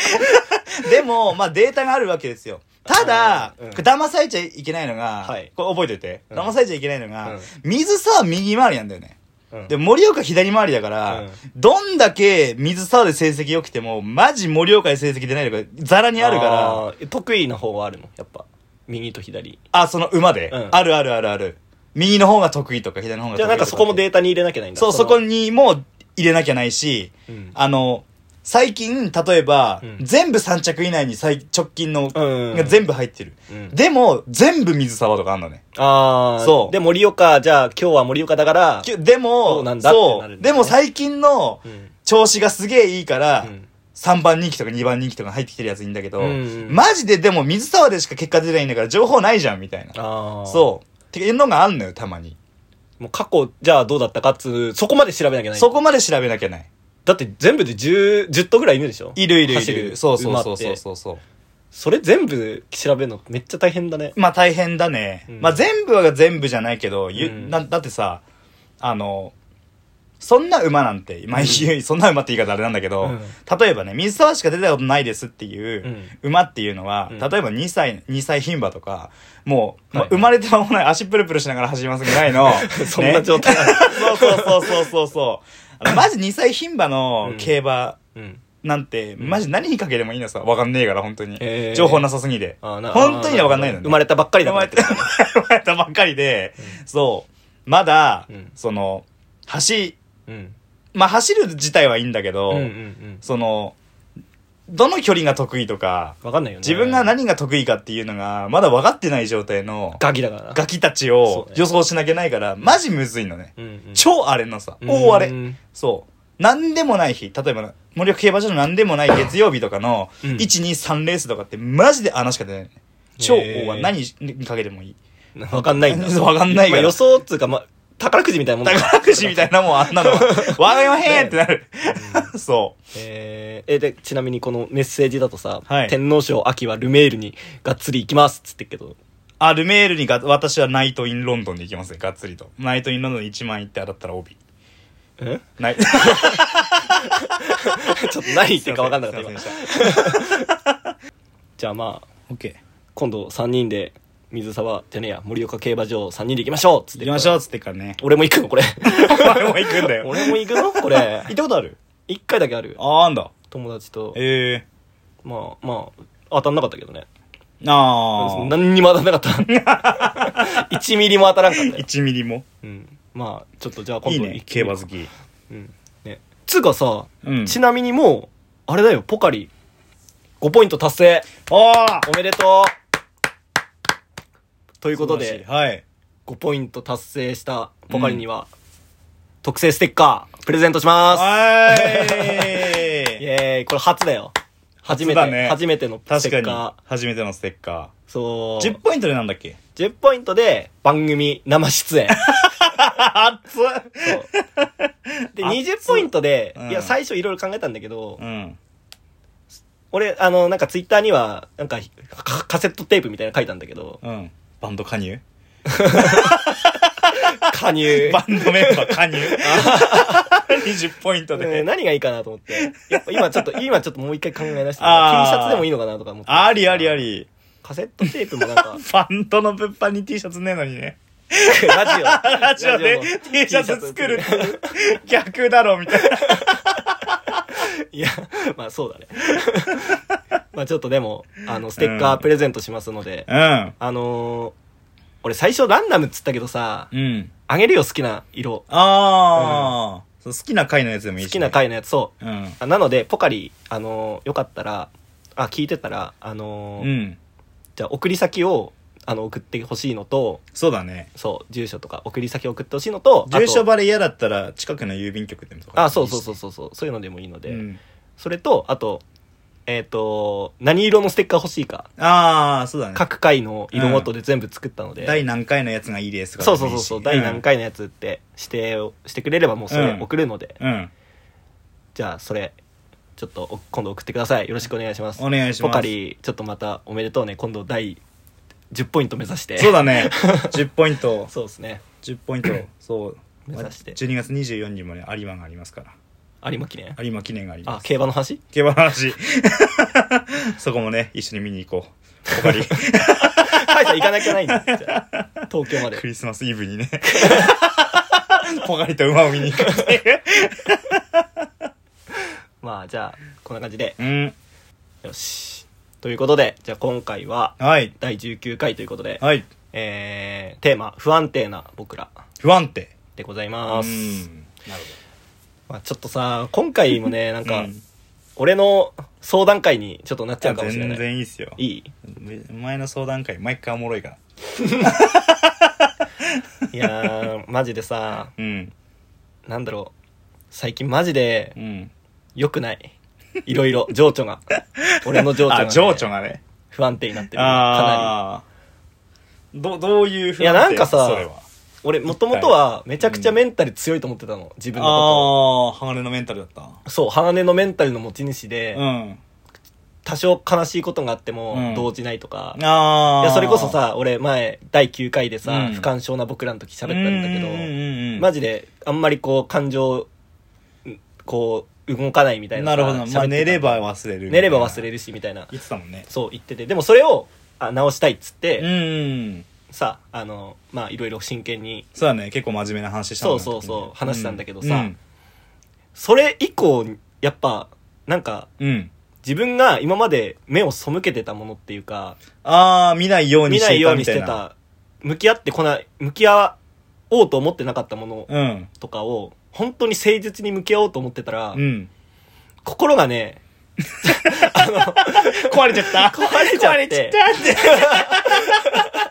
Speaker 2: でも、まあ、データがあるわけですよ。ただ、
Speaker 1: うん
Speaker 2: これ騙されちゃいけないのが、
Speaker 1: はい
Speaker 2: これ覚えておいて、
Speaker 1: うん
Speaker 2: 騙されちゃいけないの
Speaker 1: う
Speaker 2: が、
Speaker 1: ん
Speaker 2: 水沢右回りなんだよね。
Speaker 1: うん
Speaker 2: で、盛岡左回りだから、
Speaker 1: うん
Speaker 2: どんだけ水沢で成績良くても、マジ盛岡で成績出ないとか、ザラにあるから、
Speaker 1: あー得意な方はあるのやっぱ右と左
Speaker 2: あ、その馬で、
Speaker 1: うん
Speaker 2: あるあるあるある。右の方が得意とか左の方が得意とか。
Speaker 1: じゃあなんかそこもデータに入れなきゃいけないんだ
Speaker 2: そう、そこ
Speaker 1: に、
Speaker 2: にも入れなきゃないし、
Speaker 1: うん
Speaker 2: あの、最近、例えば、
Speaker 1: うん
Speaker 2: 全部3着以内に最直近の、
Speaker 1: うん
Speaker 2: が全部入ってる。
Speaker 1: うん
Speaker 2: でも、全部水沢とかあんのね。
Speaker 1: ああ
Speaker 2: そう
Speaker 1: で盛岡じゃあ今日は盛岡だから
Speaker 2: きゅで
Speaker 1: そ
Speaker 2: も
Speaker 1: う、なんだって
Speaker 2: そ
Speaker 1: なる
Speaker 2: う、
Speaker 1: んだ
Speaker 2: で
Speaker 1: よね
Speaker 2: も最近の
Speaker 1: うん
Speaker 2: 調子がすげえいいから、
Speaker 1: うん
Speaker 2: 3番人気とか2番人気とか入ってきてるやついいんだけど、
Speaker 1: うん
Speaker 2: マジででも水沢でしか結果出ないんだから情報ないじゃんみたいな。
Speaker 1: ああ
Speaker 2: そう。っていうのがあんのよ、たまに。
Speaker 1: もう過去、じゃあどうだったかっつう、そこまで調べなきゃいけない。
Speaker 2: そこまで調べなきゃない。
Speaker 1: だって全部で10、10頭ぐらいいるでしょ
Speaker 2: いるいるい
Speaker 1: 走
Speaker 2: る。
Speaker 1: る
Speaker 2: そうそうそう
Speaker 1: 馬って
Speaker 2: そうそうそう。
Speaker 1: それ全部調べるのめっちゃ大変だね。
Speaker 2: まあ大変だね。
Speaker 1: うん
Speaker 2: まあ全部は全部じゃないけど、ゆ
Speaker 1: うん
Speaker 2: なだってさ、あの、そんな馬なんて、まあ、言 [LAUGHS] うそんな馬って言い方あれなんだけ
Speaker 1: う
Speaker 2: ど、
Speaker 1: ん
Speaker 2: 例えばね、水沢しか出たことないですっていう
Speaker 1: うん
Speaker 2: 馬っていうのは、
Speaker 1: うん
Speaker 2: 例えば2歳、2歳牝馬とか、もう、まあ
Speaker 1: はい
Speaker 2: 生まれて間もない足プルプルしながら走りますぐらいの、
Speaker 1: [LAUGHS] そんな状
Speaker 2: [LAUGHS]
Speaker 1: 態
Speaker 2: ねそうそうそうそうそうそう。
Speaker 1: [LAUGHS]
Speaker 2: あのまず2歳牝馬の競馬、
Speaker 1: うん。
Speaker 2: なんて、マジ何にかけてもいいのさ、わかんねえから、本当に
Speaker 1: へ。ー
Speaker 2: 情報なさすぎて。
Speaker 1: あーな
Speaker 2: 本当にわかんないのね。
Speaker 1: 生まれたばっかりだ
Speaker 2: 生
Speaker 1: か
Speaker 2: ま
Speaker 1: ら
Speaker 2: れた、生まれたばっかりで、そう。まだ
Speaker 1: うん、
Speaker 2: その、走、
Speaker 1: うん。
Speaker 2: まあ走る自体はいいんだけど
Speaker 1: うんう、んうん。
Speaker 2: その、どの距離が得意とか、
Speaker 1: わかんないよね。
Speaker 2: 自分が何が得意かっていうのが、まだ分かってない状態の
Speaker 1: ガキだからな。
Speaker 2: ガキたち
Speaker 1: そ
Speaker 2: を
Speaker 1: うね
Speaker 2: 予想しなきゃないから、マジむずいのね。
Speaker 1: うんうん。
Speaker 2: 超あれのさ、
Speaker 1: うん
Speaker 2: 大あれ。そう。なんでもない日、例えばな、森岡競馬場のなんでもない月曜日とかの、
Speaker 1: うん
Speaker 2: 1、2、3レースとかって、マジで穴しか出ないね。超大は
Speaker 1: へー
Speaker 2: 何にかけてもいい。
Speaker 1: わかんないんだ。
Speaker 2: [LAUGHS] わかんない
Speaker 1: ま
Speaker 2: か
Speaker 1: あ
Speaker 2: ら
Speaker 1: 予。想っつうか、まあ、宝くじみたいなもんだ
Speaker 2: 宝くじみたいなもん、あんなのは。わかりまへんってなる。そ
Speaker 1: [LAUGHS] えーえでちなみにこのメッセージだとさ、
Speaker 2: はい
Speaker 1: 天皇賞秋はルメールにがっつり行きますっつってっけど
Speaker 2: う。あ、ルメールにが、私はナイトインロンドンで行きますね、がっつりと。ナイトインロンドン1万いって当たったら帯。
Speaker 1: え
Speaker 2: ナイ
Speaker 1: ちょっと何言ってるか分かんなかった
Speaker 2: すい
Speaker 1: 今
Speaker 2: ません
Speaker 1: じゃあまあ
Speaker 2: オッケー。
Speaker 1: 今度3人で水沢じゃねえや盛岡競馬場3人で行きましょうっつって
Speaker 2: 行きましょうっつってっか
Speaker 1: [LAUGHS]
Speaker 2: らね。
Speaker 1: 俺も行くの
Speaker 2: [LAUGHS]
Speaker 1: これ
Speaker 2: 俺も行くんだよ。
Speaker 1: 俺も行くのこれ
Speaker 2: 行ったことある
Speaker 1: 1回だけある
Speaker 2: あー、あんだ。
Speaker 1: 友達と
Speaker 2: ええ
Speaker 1: まあまあ当たんなかったけどね
Speaker 2: ー。あー。
Speaker 1: 何にも当たんなかった
Speaker 2: [LAUGHS]
Speaker 1: 1ミリも当たらんかったよ、
Speaker 2: 1ミリも。
Speaker 1: うん、まあちょっとじゃあ今
Speaker 2: いい
Speaker 1: 度
Speaker 2: ね、競馬好
Speaker 1: き
Speaker 2: き。
Speaker 1: うんねつうかさ
Speaker 2: うん。
Speaker 1: ちなみにもう、あれだよ、ポカリ、5ポイント達成。
Speaker 2: あー
Speaker 1: おめでとうということ
Speaker 2: 素晴らし
Speaker 1: で
Speaker 2: い、はい。
Speaker 1: 5ポイント達成したポカリには、特製ステッカー、プレゼントします。
Speaker 2: は
Speaker 1: イ
Speaker 2: ーい。
Speaker 1: ェーイ、これ初だよ。初め
Speaker 2: 初だ
Speaker 1: て、
Speaker 2: ね
Speaker 1: 初めてのス
Speaker 2: [LAUGHS]
Speaker 1: テ
Speaker 2: 確か
Speaker 1: ッ
Speaker 2: に
Speaker 1: カ、
Speaker 2: 初めてのステッカ
Speaker 1: ー。そ
Speaker 2: ー。
Speaker 1: う。10,
Speaker 2: 10ポイントでなんだっ [LAUGHS] け
Speaker 1: ポイントで番組生
Speaker 2: [LAUGHS]
Speaker 1: 出演。
Speaker 2: あっつ
Speaker 1: そうで、
Speaker 2: 熱っ
Speaker 1: 20ポイントで、
Speaker 2: うん
Speaker 1: いや、最初いろいろ考えたんだけど、
Speaker 2: うん。
Speaker 1: 俺、あの、なんかツイッターには、なんか、かカセットテープみたいなの書いたんだけ
Speaker 2: [LAUGHS]
Speaker 1: ど、
Speaker 2: うん。バンド加入
Speaker 1: 加入。
Speaker 2: バンドメンバー [LAUGHS] 加入 ?20 ポイント
Speaker 1: うん
Speaker 2: で。
Speaker 1: 何がいいかなと思って。やっぱ今ちょっと、今ちょっともう一回考え出して、T シ
Speaker 2: あ
Speaker 1: ャ
Speaker 2: ー
Speaker 1: ツでもいいのかなとか思って。
Speaker 2: ありありあり。
Speaker 1: カセットテープもなんか、
Speaker 2: バンドの物販に T シャツねえのに [LAUGHS] ね。
Speaker 1: [LAUGHS] ラジオ。
Speaker 2: ラジオで T シャツ作るっていう逆だろみたいな。
Speaker 1: いや、まあそうだね。 [LAUGHS] まあちょっとでも、あの、ステッカ
Speaker 2: う
Speaker 1: ー
Speaker 2: ん
Speaker 1: プレゼントしますので、
Speaker 2: うん。
Speaker 1: あのー俺最初ランダムっつったけどさ、
Speaker 2: [LAUGHS] うん。
Speaker 1: あげるよ好きな色。
Speaker 2: あー、そう好きな回のやつでもいい
Speaker 1: 好
Speaker 2: し
Speaker 1: き
Speaker 2: ね、
Speaker 1: な回のやつ、そ
Speaker 2: うん。
Speaker 1: う。なので、ポカリ、あのーよかったら、あ、聞いてたら、あのー
Speaker 2: うん。
Speaker 1: じゃあ送り先を、あの、送ってほしいのと、
Speaker 2: そうだね。
Speaker 1: そう、住所とか送り先を送ってほしいのと、あと
Speaker 2: 住所バレ嫌だったら近くの郵便局でもとか
Speaker 1: あ、そうそうそううそうそう、そういうのでもいいので、
Speaker 2: うん、
Speaker 1: それと、あと、えっ、と、何色のステッカー欲しいか、
Speaker 2: ああ、そうだね。
Speaker 1: 各回の色ごとで全部作ったので、
Speaker 2: 第何回のやつがいいですか
Speaker 1: そうそうそうそう、第何回のやつって指定をしてくれればもうそれ
Speaker 2: うん
Speaker 1: 送るので、
Speaker 2: うん。うん。
Speaker 1: じゃあそれ、ちょっとお今度送ってください。よろしくお願いします。
Speaker 2: お願いしま
Speaker 1: ポ
Speaker 2: す
Speaker 1: カリ、ちょっとまたおめでとうね。今度第10ポイント目指して。
Speaker 2: そうだね。10
Speaker 1: [LAUGHS]
Speaker 2: ポイント。
Speaker 1: そうですね。
Speaker 2: 10ポイント。そう。
Speaker 1: 目指して
Speaker 2: 12月24日にもね、有馬がありますから。
Speaker 1: 有馬記念。
Speaker 2: 有馬記念がありま
Speaker 1: あ、
Speaker 2: す。
Speaker 1: 競馬の話 [LAUGHS]
Speaker 2: 競馬の話。 [LAUGHS] そこもね、一緒に見に行こう。ポカ
Speaker 1: [LAUGHS]
Speaker 2: リ。
Speaker 1: 大社行かなきゃないんだ。じゃあ東京まで
Speaker 2: [LAUGHS] ク。リスマスイブにね。ポカリと馬を見に行くって
Speaker 1: [LAUGHS]
Speaker 2: いう。
Speaker 1: まあじゃあ、こんな感じで。
Speaker 2: うん。
Speaker 1: よし。ということで、じゃあ今回は
Speaker 2: はい。
Speaker 1: 第19回ということで、
Speaker 2: はい。
Speaker 1: えー、テーマ、不安定な僕ら
Speaker 2: 不安定。
Speaker 1: でございうます。
Speaker 2: ん。なる
Speaker 1: まあ、ちょっとさ、今回も
Speaker 2: [LAUGHS]
Speaker 1: ね、なん
Speaker 2: ほど。
Speaker 1: か、
Speaker 2: うん
Speaker 1: 俺の相談会にちょっとなっちゃうかもしれない。
Speaker 2: 全然いいっすよ。
Speaker 1: いい
Speaker 2: お前の相談会、毎回おもろいから。
Speaker 1: いやー、 [LAUGHS] マジでさ、
Speaker 2: うん。
Speaker 1: なんだろう。最近マジで
Speaker 2: うん。
Speaker 1: 良くない。いろい
Speaker 2: [LAUGHS]
Speaker 1: ろ、情緒が。俺の情緒が、
Speaker 2: あ、
Speaker 1: ね。
Speaker 2: 情緒がね。
Speaker 1: 不安定になってる。かな
Speaker 2: ああ。ど、どういうふ
Speaker 1: いやなんかさ
Speaker 2: それは。
Speaker 1: り。俺、もともとはめちゃくちゃメンタル強いと思ってたの。自分のこ
Speaker 2: ああ、鋼のメンタルだった。
Speaker 1: とを。そう、鋼のメンタルの持ち主で、
Speaker 2: うん。
Speaker 1: 多少悲しいことがあって
Speaker 2: うん
Speaker 1: も動じないとか、
Speaker 2: ああ。
Speaker 1: いやそれこそ、さ俺前第9回でさ、
Speaker 2: うん
Speaker 1: 不感症な僕らの時喋っ
Speaker 2: 喋
Speaker 1: たんだけど、
Speaker 2: マ
Speaker 1: マジであんまりこう感情んこう動かないみたいな
Speaker 2: な
Speaker 1: さ
Speaker 2: るほど。
Speaker 1: 喋って
Speaker 2: ま
Speaker 1: た
Speaker 2: あ、寝れば忘れる。
Speaker 1: 寝れば忘れ
Speaker 2: る。
Speaker 1: るしみたいな
Speaker 2: 言ってたもんね。
Speaker 1: そう言っててでもそれをあ直したいっつっ
Speaker 2: う
Speaker 1: て、
Speaker 2: ん。
Speaker 1: さあのまあいろいろ真剣に
Speaker 2: そうだね。結構真面目な話したもんね
Speaker 1: そうそうそう
Speaker 2: 時ね
Speaker 1: 話したんだけどさ
Speaker 2: うん
Speaker 1: それ以降やっぱなんか
Speaker 2: うん。
Speaker 1: 自分が今まで目を背けてたものっていうか
Speaker 2: ああ、見ないように
Speaker 1: 見
Speaker 2: し
Speaker 1: な
Speaker 2: て
Speaker 1: いよ
Speaker 2: た
Speaker 1: う
Speaker 2: み
Speaker 1: にした
Speaker 2: い
Speaker 1: て
Speaker 2: な。
Speaker 1: た向き合ってこない向き合おうと思ってなかったもの
Speaker 2: うん。
Speaker 1: とかを本当に誠実に向き合おうと思ってたら、
Speaker 2: うん。
Speaker 1: 心がね
Speaker 2: 壊れちゃっ
Speaker 1: [LAUGHS]
Speaker 2: た
Speaker 1: 壊れちゃって
Speaker 2: 壊れちゃったって
Speaker 1: [LAUGHS]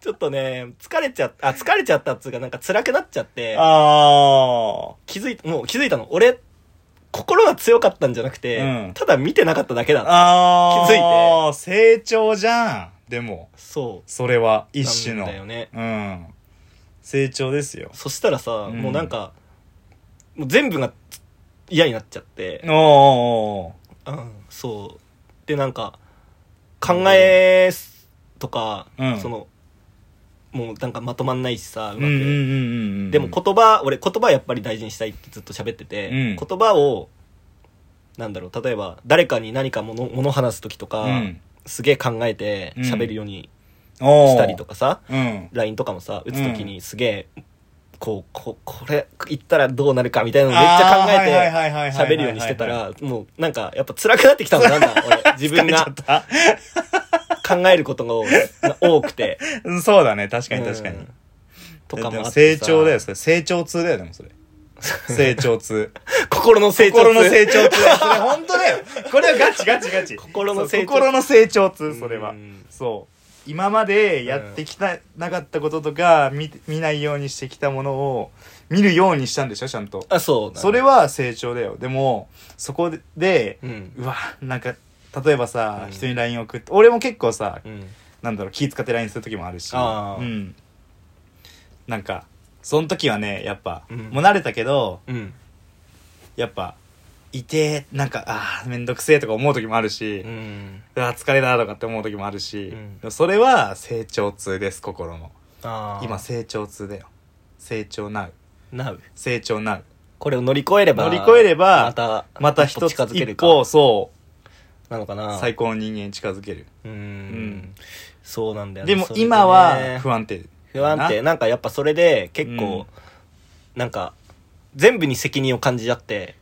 Speaker 1: ちょっとね、疲れちゃった、あ、疲れちゃったっつうか、なんか辛くなっちゃって、
Speaker 2: あ
Speaker 1: 気づいた、もう気づいたの。俺、心が強かったんじゃなくて、
Speaker 2: うん
Speaker 1: ただ見てなかっただけだ
Speaker 2: あ
Speaker 1: な。
Speaker 2: ああ
Speaker 1: 気づ
Speaker 2: いて成長じゃんでも
Speaker 1: そう。
Speaker 2: それは一種の
Speaker 1: なんだよね
Speaker 2: うん成長ですよ
Speaker 1: そしたらさ、
Speaker 2: ん
Speaker 1: もうなんか、もう全部が嫌になっちゃって
Speaker 2: お、ーおー
Speaker 1: うん、そう。で、なんか、考えすとか、
Speaker 2: うん
Speaker 1: その、もうなんかまとまんないしさ、うま
Speaker 2: うん
Speaker 1: く。
Speaker 2: うんうんうんうん
Speaker 1: でも言葉、俺言葉やっぱり大事にしたいってずっと喋ってて、
Speaker 2: うん
Speaker 1: 言葉を、なんだろう、例えば誰かに何かもの、物を話す時とか、
Speaker 2: うん
Speaker 1: すげえ考えて
Speaker 2: うん
Speaker 1: 喋るように
Speaker 2: お
Speaker 1: したりと
Speaker 2: か
Speaker 1: かさ、
Speaker 2: うん
Speaker 1: LINE とかもさ、打つ時
Speaker 2: う
Speaker 1: にすげえ、こう、こう、これ言ったらどうなるかみたいなのめっちゃ考え
Speaker 2: え
Speaker 1: て喋るようにしてたら、もうなんかやっぱ辛くなってきたのなんだ、
Speaker 2: [LAUGHS]
Speaker 1: 俺。自分
Speaker 2: ちゃ
Speaker 1: が
Speaker 2: った
Speaker 1: 考えることが多くて。
Speaker 2: うんそうだね確かに確かに、
Speaker 1: うんとかも
Speaker 2: で
Speaker 1: あ
Speaker 2: も
Speaker 1: って
Speaker 2: 成
Speaker 1: さ
Speaker 2: 長だよそれ成長痛だよで
Speaker 1: [LAUGHS]
Speaker 2: もそれ成長痛
Speaker 1: 心の [LAUGHS] 成長
Speaker 2: 心の
Speaker 1: 痛
Speaker 2: 成長痛それ本当だよこれはガチガチガチ
Speaker 1: 心の
Speaker 2: そう
Speaker 1: 成長
Speaker 2: 心の成長痛それ
Speaker 1: う
Speaker 2: は
Speaker 1: ん
Speaker 2: そう今までやってきた、なかったこととか見見ないようにしてきたものを見るようにしたんでしょちゃんと
Speaker 1: あ、そうなの
Speaker 2: それは成長だよでもそこで、
Speaker 1: うん。
Speaker 2: うわなんか例えばさ、
Speaker 1: うん
Speaker 2: 人に LINE 送って俺も結構さ、
Speaker 1: うん。
Speaker 2: なんだろう気使って LINE する時もあるし
Speaker 1: あー
Speaker 2: うん、なんかその時はねやっぱ、
Speaker 1: うん
Speaker 2: もう慣れたけど
Speaker 1: うん。
Speaker 2: やっぱいてえなんかあーめんどくせえとか思う時もあるし、
Speaker 1: うん。
Speaker 2: あー疲れだとかって思う時もあるし、
Speaker 1: うん
Speaker 2: でもそれは成長痛です心の
Speaker 1: あー
Speaker 2: 今、成長痛だよ成長なう
Speaker 1: なう。
Speaker 2: 成長なう
Speaker 1: これを乗り越えれば。
Speaker 2: 乗り越えれば
Speaker 1: また、
Speaker 2: また一つ
Speaker 1: 近づける
Speaker 2: 一
Speaker 1: か。
Speaker 2: 歩そう
Speaker 1: なのかな。
Speaker 2: 最高の人間に近づける
Speaker 1: うー
Speaker 2: ん
Speaker 1: ん。そうなんだよね。
Speaker 2: でも
Speaker 1: それね
Speaker 2: 今は不安定
Speaker 1: 不安定。なんかやっぱそれで結構、なんか、全部に責任を感じちゃって、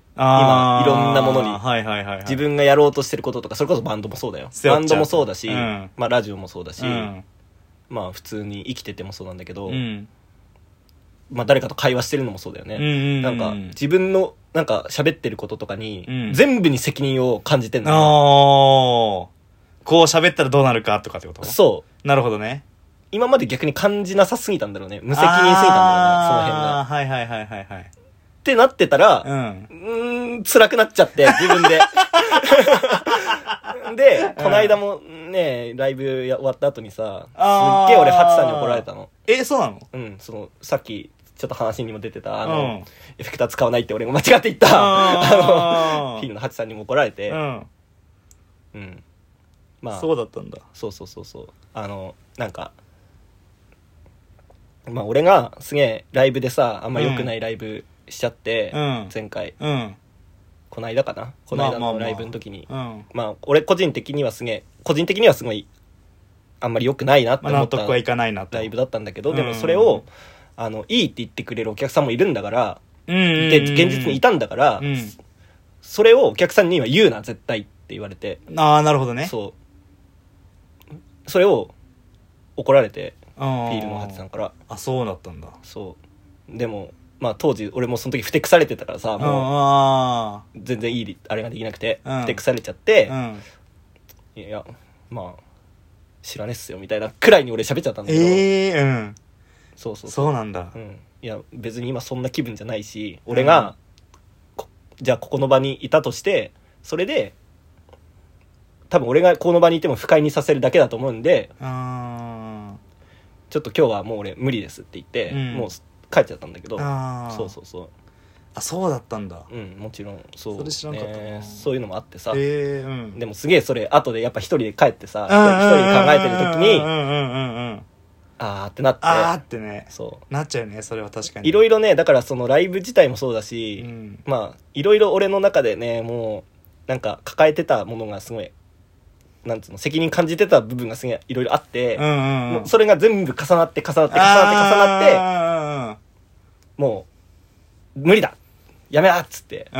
Speaker 1: 今
Speaker 2: あー
Speaker 1: いろんなものに
Speaker 2: はいはいはいはい、
Speaker 1: 自分がやろうとしてることとか、それこそバンドもそうだよ。
Speaker 2: 背負
Speaker 1: バ
Speaker 2: っちゃう
Speaker 1: ンドもそうだし、
Speaker 2: うん
Speaker 1: まあラジオもそうだし、
Speaker 2: うん
Speaker 1: まあ普通に生きててもそうなんだけど、
Speaker 2: うん
Speaker 1: まあ誰かと会話してるのもそうだよね。
Speaker 2: うんうんうん
Speaker 1: なんか自分の、なんか喋ってることとかに、
Speaker 2: うん
Speaker 1: 全部に責任を感じてんのよ。
Speaker 2: ああ。こう喋ったらどうなるかとかってこと
Speaker 1: そう。
Speaker 2: なるほどね。
Speaker 1: 今まで逆に感じなさすぎたんだろうね。無
Speaker 2: 無
Speaker 1: 責任すぎたんだろうな、その辺が。
Speaker 2: あーはいはいはいはいはい。
Speaker 1: ってなってたら、
Speaker 2: うん。
Speaker 1: うーん、辛くなっちゃって、自分で。 [LAUGHS] で、この間もね、ライブや終わった後にさ、す
Speaker 2: あー
Speaker 1: っげえ俺、ハチさんに怒られたの。
Speaker 2: え、そうなの
Speaker 1: うん、その、さっき、ちょっと話にも出てた、あ
Speaker 2: う
Speaker 1: の、
Speaker 2: ん
Speaker 1: エフェクター使わないって俺も間違って言った、
Speaker 2: あー
Speaker 1: [LAUGHS] あの、フィーのハチさんにも怒られて、
Speaker 2: うん。
Speaker 1: うん。まあ、
Speaker 2: そうだったんだ。
Speaker 1: そうそうそうそうあのなんかまあ俺がすげえライブでさあんま良くないライブしちゃって、
Speaker 2: うん
Speaker 1: 前回
Speaker 2: うん。
Speaker 1: こないだかなこないだのライブの時に、まあ
Speaker 2: うん。
Speaker 1: 俺個人的にはすげえ個人的にはすごいあんまり良くないなって
Speaker 2: まあ
Speaker 1: 思
Speaker 2: 納
Speaker 1: った
Speaker 2: 得はいかないなと。
Speaker 1: ライブだったんだけど、
Speaker 2: うん
Speaker 1: でもそれをあのいいって言ってくれるお客さんもいるんだから、
Speaker 2: うんうんうん。
Speaker 1: で現実にいたんだから、
Speaker 2: うん。
Speaker 1: それをお客さんには言うな絶対って言われて、
Speaker 2: ああ、なるほどね。
Speaker 1: そうそれを怒られて
Speaker 2: うん。フ
Speaker 1: フィールのハチさんから
Speaker 2: あ、そうだったんだ。
Speaker 1: そうでもまあ当時俺もその時ふてくされてたからさもう
Speaker 2: あ
Speaker 1: 全然いいあれができなくて
Speaker 2: うん
Speaker 1: ふてくされちゃって
Speaker 2: あ。うん。
Speaker 1: いやまあ知らねっすよみたいなくらいに俺喋っちゃったんだけど、
Speaker 2: ええ、うん。
Speaker 1: そうそう
Speaker 2: そうなんだ
Speaker 1: う、。ん、いや別に今そんな気分じゃないし俺が、こじゃあここの場にいたとしてそれで多分俺がこの場にいても不快にさせるだけだと思うんで
Speaker 2: あ
Speaker 1: ちょっと今日はもう俺無理ですって言って、
Speaker 2: うん
Speaker 1: もう帰っちゃったんだけど
Speaker 2: あ。ああ。
Speaker 1: そうそうそう
Speaker 2: あ、そうだったんだ。
Speaker 1: うんもちろんそう、ね、
Speaker 2: それ知らなかったな
Speaker 1: そういうのもあってさ、
Speaker 2: ええ、うん。
Speaker 1: でもすげえそれ後でやっぱ一人で帰ってさ
Speaker 2: 一
Speaker 1: 一人一人で考えてる時
Speaker 2: うん
Speaker 1: に
Speaker 2: うんうんうんうん
Speaker 1: あーってなって
Speaker 2: あーってね
Speaker 1: そ
Speaker 2: なっちゃうねそれは確か
Speaker 1: う
Speaker 2: に
Speaker 1: いろい
Speaker 2: ろ
Speaker 1: ろねだからそのライブ自体もそうだし、
Speaker 2: うん
Speaker 1: まあいろいろ俺の中でねもうなんか抱えてたものがすごいなんつうの責任感じてた部分がすげえいろいろあって、
Speaker 2: うんうん
Speaker 1: も
Speaker 2: うん
Speaker 1: うそれが全部重なって重なって重なって重なって
Speaker 2: なっ
Speaker 1: もう無理だやめだっつって
Speaker 2: てうん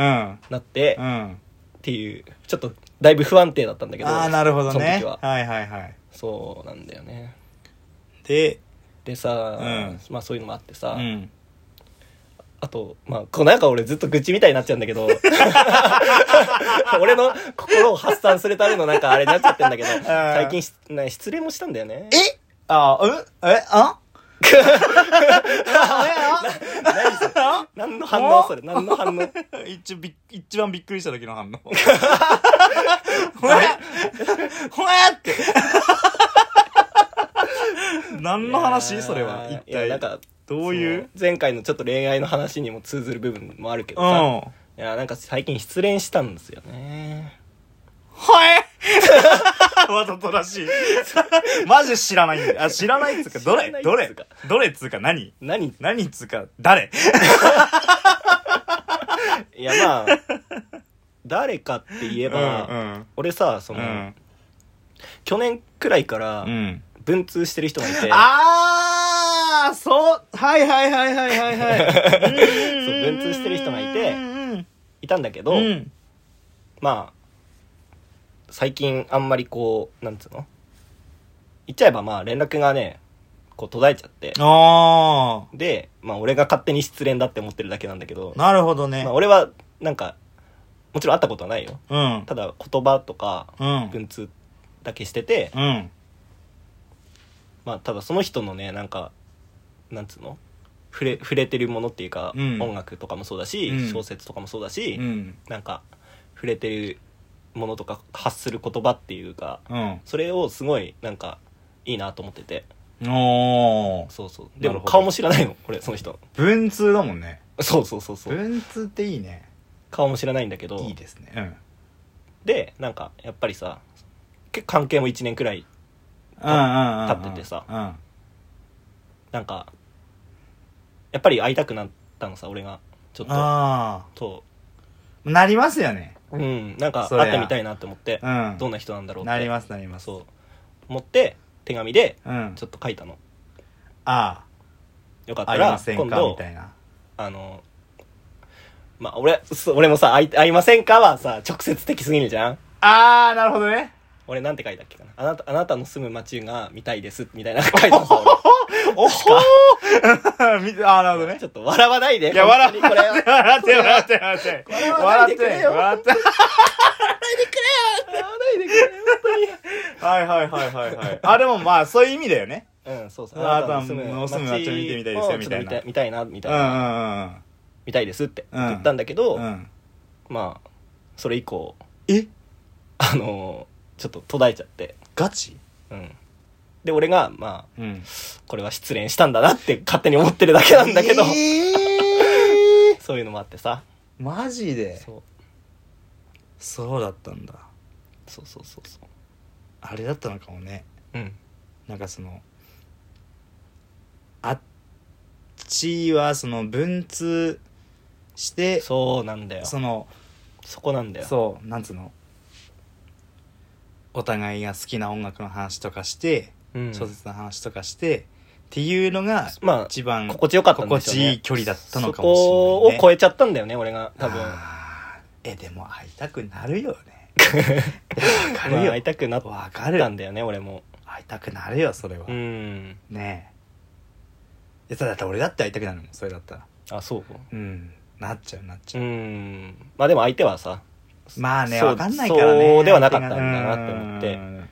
Speaker 1: なって、
Speaker 2: う
Speaker 1: っ
Speaker 2: ん
Speaker 1: ていうちょっとだいぶ不安定だったんだけど
Speaker 2: ああなるほどね
Speaker 1: その時は
Speaker 2: はいはいはい
Speaker 1: そうなんだよね
Speaker 2: で
Speaker 1: でさ、
Speaker 2: うん
Speaker 1: まあそういうのもあってさ、
Speaker 2: うん
Speaker 1: あと、まあ、こうなんか俺ずっと愚痴みたいになっちゃうんだけど、 [LAUGHS] 俺の心を発散するためのなんかあれになっちゃってんだ
Speaker 2: [LAUGHS]
Speaker 1: けど、最近しな失恋もしたんだよね。
Speaker 2: えあ、うんえ
Speaker 1: [LAUGHS]
Speaker 2: あ
Speaker 1: 何それ何の反応それ何の反応
Speaker 2: 一び一番びっくりした時
Speaker 1: [LAUGHS]
Speaker 2: の反応。ほやほやって。何の話それは。
Speaker 1: い
Speaker 2: 一
Speaker 1: や
Speaker 2: 体。
Speaker 1: なんか、
Speaker 2: どういう
Speaker 1: その前回のちょっと恋愛の話にも通ずる部分もあるけど
Speaker 2: うん。
Speaker 1: さ、
Speaker 2: はい
Speaker 1: や、なんか最近失恋したんですよね。
Speaker 2: いわざとら
Speaker 1: [LAUGHS]
Speaker 2: しい。マジで知らないんだよ。あ、知らないっつうか、ど
Speaker 1: 知ら
Speaker 2: れ
Speaker 1: ないっつ
Speaker 2: ど
Speaker 1: う
Speaker 2: れ
Speaker 1: か
Speaker 2: どれっつうか何
Speaker 1: 何
Speaker 2: 何っつうか、誰
Speaker 1: いや、
Speaker 2: [LAUGHS]
Speaker 1: まあ、誰かって言え
Speaker 2: うんう
Speaker 1: ば、
Speaker 2: ん。
Speaker 1: 俺さ、その、
Speaker 2: うん。
Speaker 1: 去年くらいから
Speaker 2: う、ん。
Speaker 1: 文通してる人がいて、
Speaker 2: あーそうはいはいはいはいはい
Speaker 1: [LAUGHS]
Speaker 2: はい。
Speaker 1: そう文通してる人がいて
Speaker 2: うん
Speaker 1: いたんだけど、
Speaker 2: うんうん。
Speaker 1: まあ、最近あんまりこう、なんつうの言っちゃえばまあ連絡がね、こう途絶えちゃって、
Speaker 2: あ
Speaker 1: で、まあ俺が勝手に失恋だって思ってるだけなんだけど
Speaker 2: あ、、なるほどね
Speaker 1: まあ。俺はなんか、もちろん会ったことはないよ。
Speaker 2: うん。
Speaker 1: ただ言葉とか
Speaker 2: うん。
Speaker 1: 文通だけしてて、
Speaker 2: うん。
Speaker 1: まあただその人のね、なんか、なんつうの触れ触れてるものっていうか、
Speaker 2: うん
Speaker 1: 音楽とかもそうだし、
Speaker 2: うん
Speaker 1: 小説とかもそうだし、
Speaker 2: うん。
Speaker 1: なんか触れてるものとか発する言葉っていうか
Speaker 2: うん。
Speaker 1: それをすごいなんかいいなと思ってて
Speaker 2: おー。
Speaker 1: そうそうで
Speaker 2: な
Speaker 1: も
Speaker 2: るほど
Speaker 1: 顔も知らないの俺その人
Speaker 2: 文通だもんね。
Speaker 1: そうそうそうそう
Speaker 2: 文通っていいね。
Speaker 1: 顔も知らないんだけど
Speaker 2: いいですね。うん。
Speaker 1: でなんかやっぱりさ結構関係も1年くらい
Speaker 2: うんうんうん。
Speaker 1: 立っててさ
Speaker 2: うん。
Speaker 1: なんかやっぱり会いたくなったのさ俺がちょっと
Speaker 2: あ
Speaker 1: そ
Speaker 2: あ。なりますよね。
Speaker 1: ううんなんか
Speaker 2: そりゃ
Speaker 1: 会ってみたいなって思って
Speaker 2: うん。
Speaker 1: どんな人なんだろうって
Speaker 2: なりますなります。
Speaker 1: そう思って手紙で
Speaker 2: うん
Speaker 1: ち。ょっと書いたの
Speaker 2: あ
Speaker 1: よかっ
Speaker 2: あ、
Speaker 1: た
Speaker 2: あり
Speaker 1: ら
Speaker 2: ませ
Speaker 1: 今
Speaker 2: んか
Speaker 1: 度
Speaker 2: みたいな。
Speaker 1: あの、まあ、俺、そう俺もさ、会い会いませんかはさ、直接的すぎるじゃん
Speaker 2: ああ、なるほどね。
Speaker 1: 俺なんて書いたっけかなあなた、あなたの住む街が見たいです、みたいなの書いたのさ、
Speaker 2: おほ [LAUGHS] ー見てああ、なるほど
Speaker 1: 俺。
Speaker 2: ね
Speaker 1: ち。ょっと笑わないで。
Speaker 2: いや、笑
Speaker 1: 本
Speaker 2: って、
Speaker 1: 当にこれ
Speaker 2: 笑って、笑って、笑って、笑って。
Speaker 1: 笑ってくれよ
Speaker 2: 笑って。
Speaker 1: 笑わないでくれよ、本
Speaker 2: はいはいはいはいはい。あ、でもまあ、そういう意味だよね。
Speaker 1: 当に。うん、そうそう。
Speaker 2: あなたの住む街を見てみたいですよ
Speaker 1: をちょっと
Speaker 2: みたいな
Speaker 1: 見たいな、み
Speaker 2: う
Speaker 1: た
Speaker 2: ん
Speaker 1: いうな。
Speaker 2: んうん
Speaker 1: 見たいですって
Speaker 2: うん
Speaker 1: 言ったんだけど、
Speaker 2: うん。うん。
Speaker 1: まあ、それ以降、
Speaker 2: え
Speaker 1: あのーちょっと途絶えちゃって。
Speaker 2: ガチ
Speaker 1: うん。で、俺が、まあ、
Speaker 2: うん。
Speaker 1: これは失恋したんだなって勝手に思ってるだけなんだけど、
Speaker 2: えー
Speaker 1: そういうのもあってさ。
Speaker 2: マジで
Speaker 1: そう
Speaker 2: そうだったんだ。
Speaker 1: そうそうそうそう
Speaker 2: あれだったのかもね。
Speaker 1: うん
Speaker 2: なんかその、あっちはその文通して、そ
Speaker 1: そうなんだよそ
Speaker 2: の、
Speaker 1: こなんだよ
Speaker 2: そう、なんつうの。お互いが好きな音楽の話とかして、
Speaker 1: う、ん、
Speaker 2: 小説の話とかして、っていうのが
Speaker 1: まあ
Speaker 2: 一番
Speaker 1: 心地よかったんでしょうね
Speaker 2: 心地いい距離だったのか
Speaker 1: そ
Speaker 2: もしれない、
Speaker 1: こを超えちゃったんだよね俺が多分
Speaker 2: あーえでも会いたくなるよね
Speaker 1: [LAUGHS]
Speaker 2: わ
Speaker 1: ま
Speaker 2: かる
Speaker 1: あ
Speaker 2: よ
Speaker 1: 会いたくなっ
Speaker 2: わか
Speaker 1: た
Speaker 2: る
Speaker 1: んだよね俺も
Speaker 2: 会いたくなるよそれは、
Speaker 1: うん
Speaker 2: ねえいやだって俺だって会いたくなるもんそれだったら
Speaker 1: あそう
Speaker 2: うんなっちゃうなっち
Speaker 1: う
Speaker 2: ゃう、
Speaker 1: んまあでも相手はさ
Speaker 2: まあね
Speaker 1: そう
Speaker 2: わかんないからね
Speaker 1: そうではなかったんだなって思って
Speaker 2: うん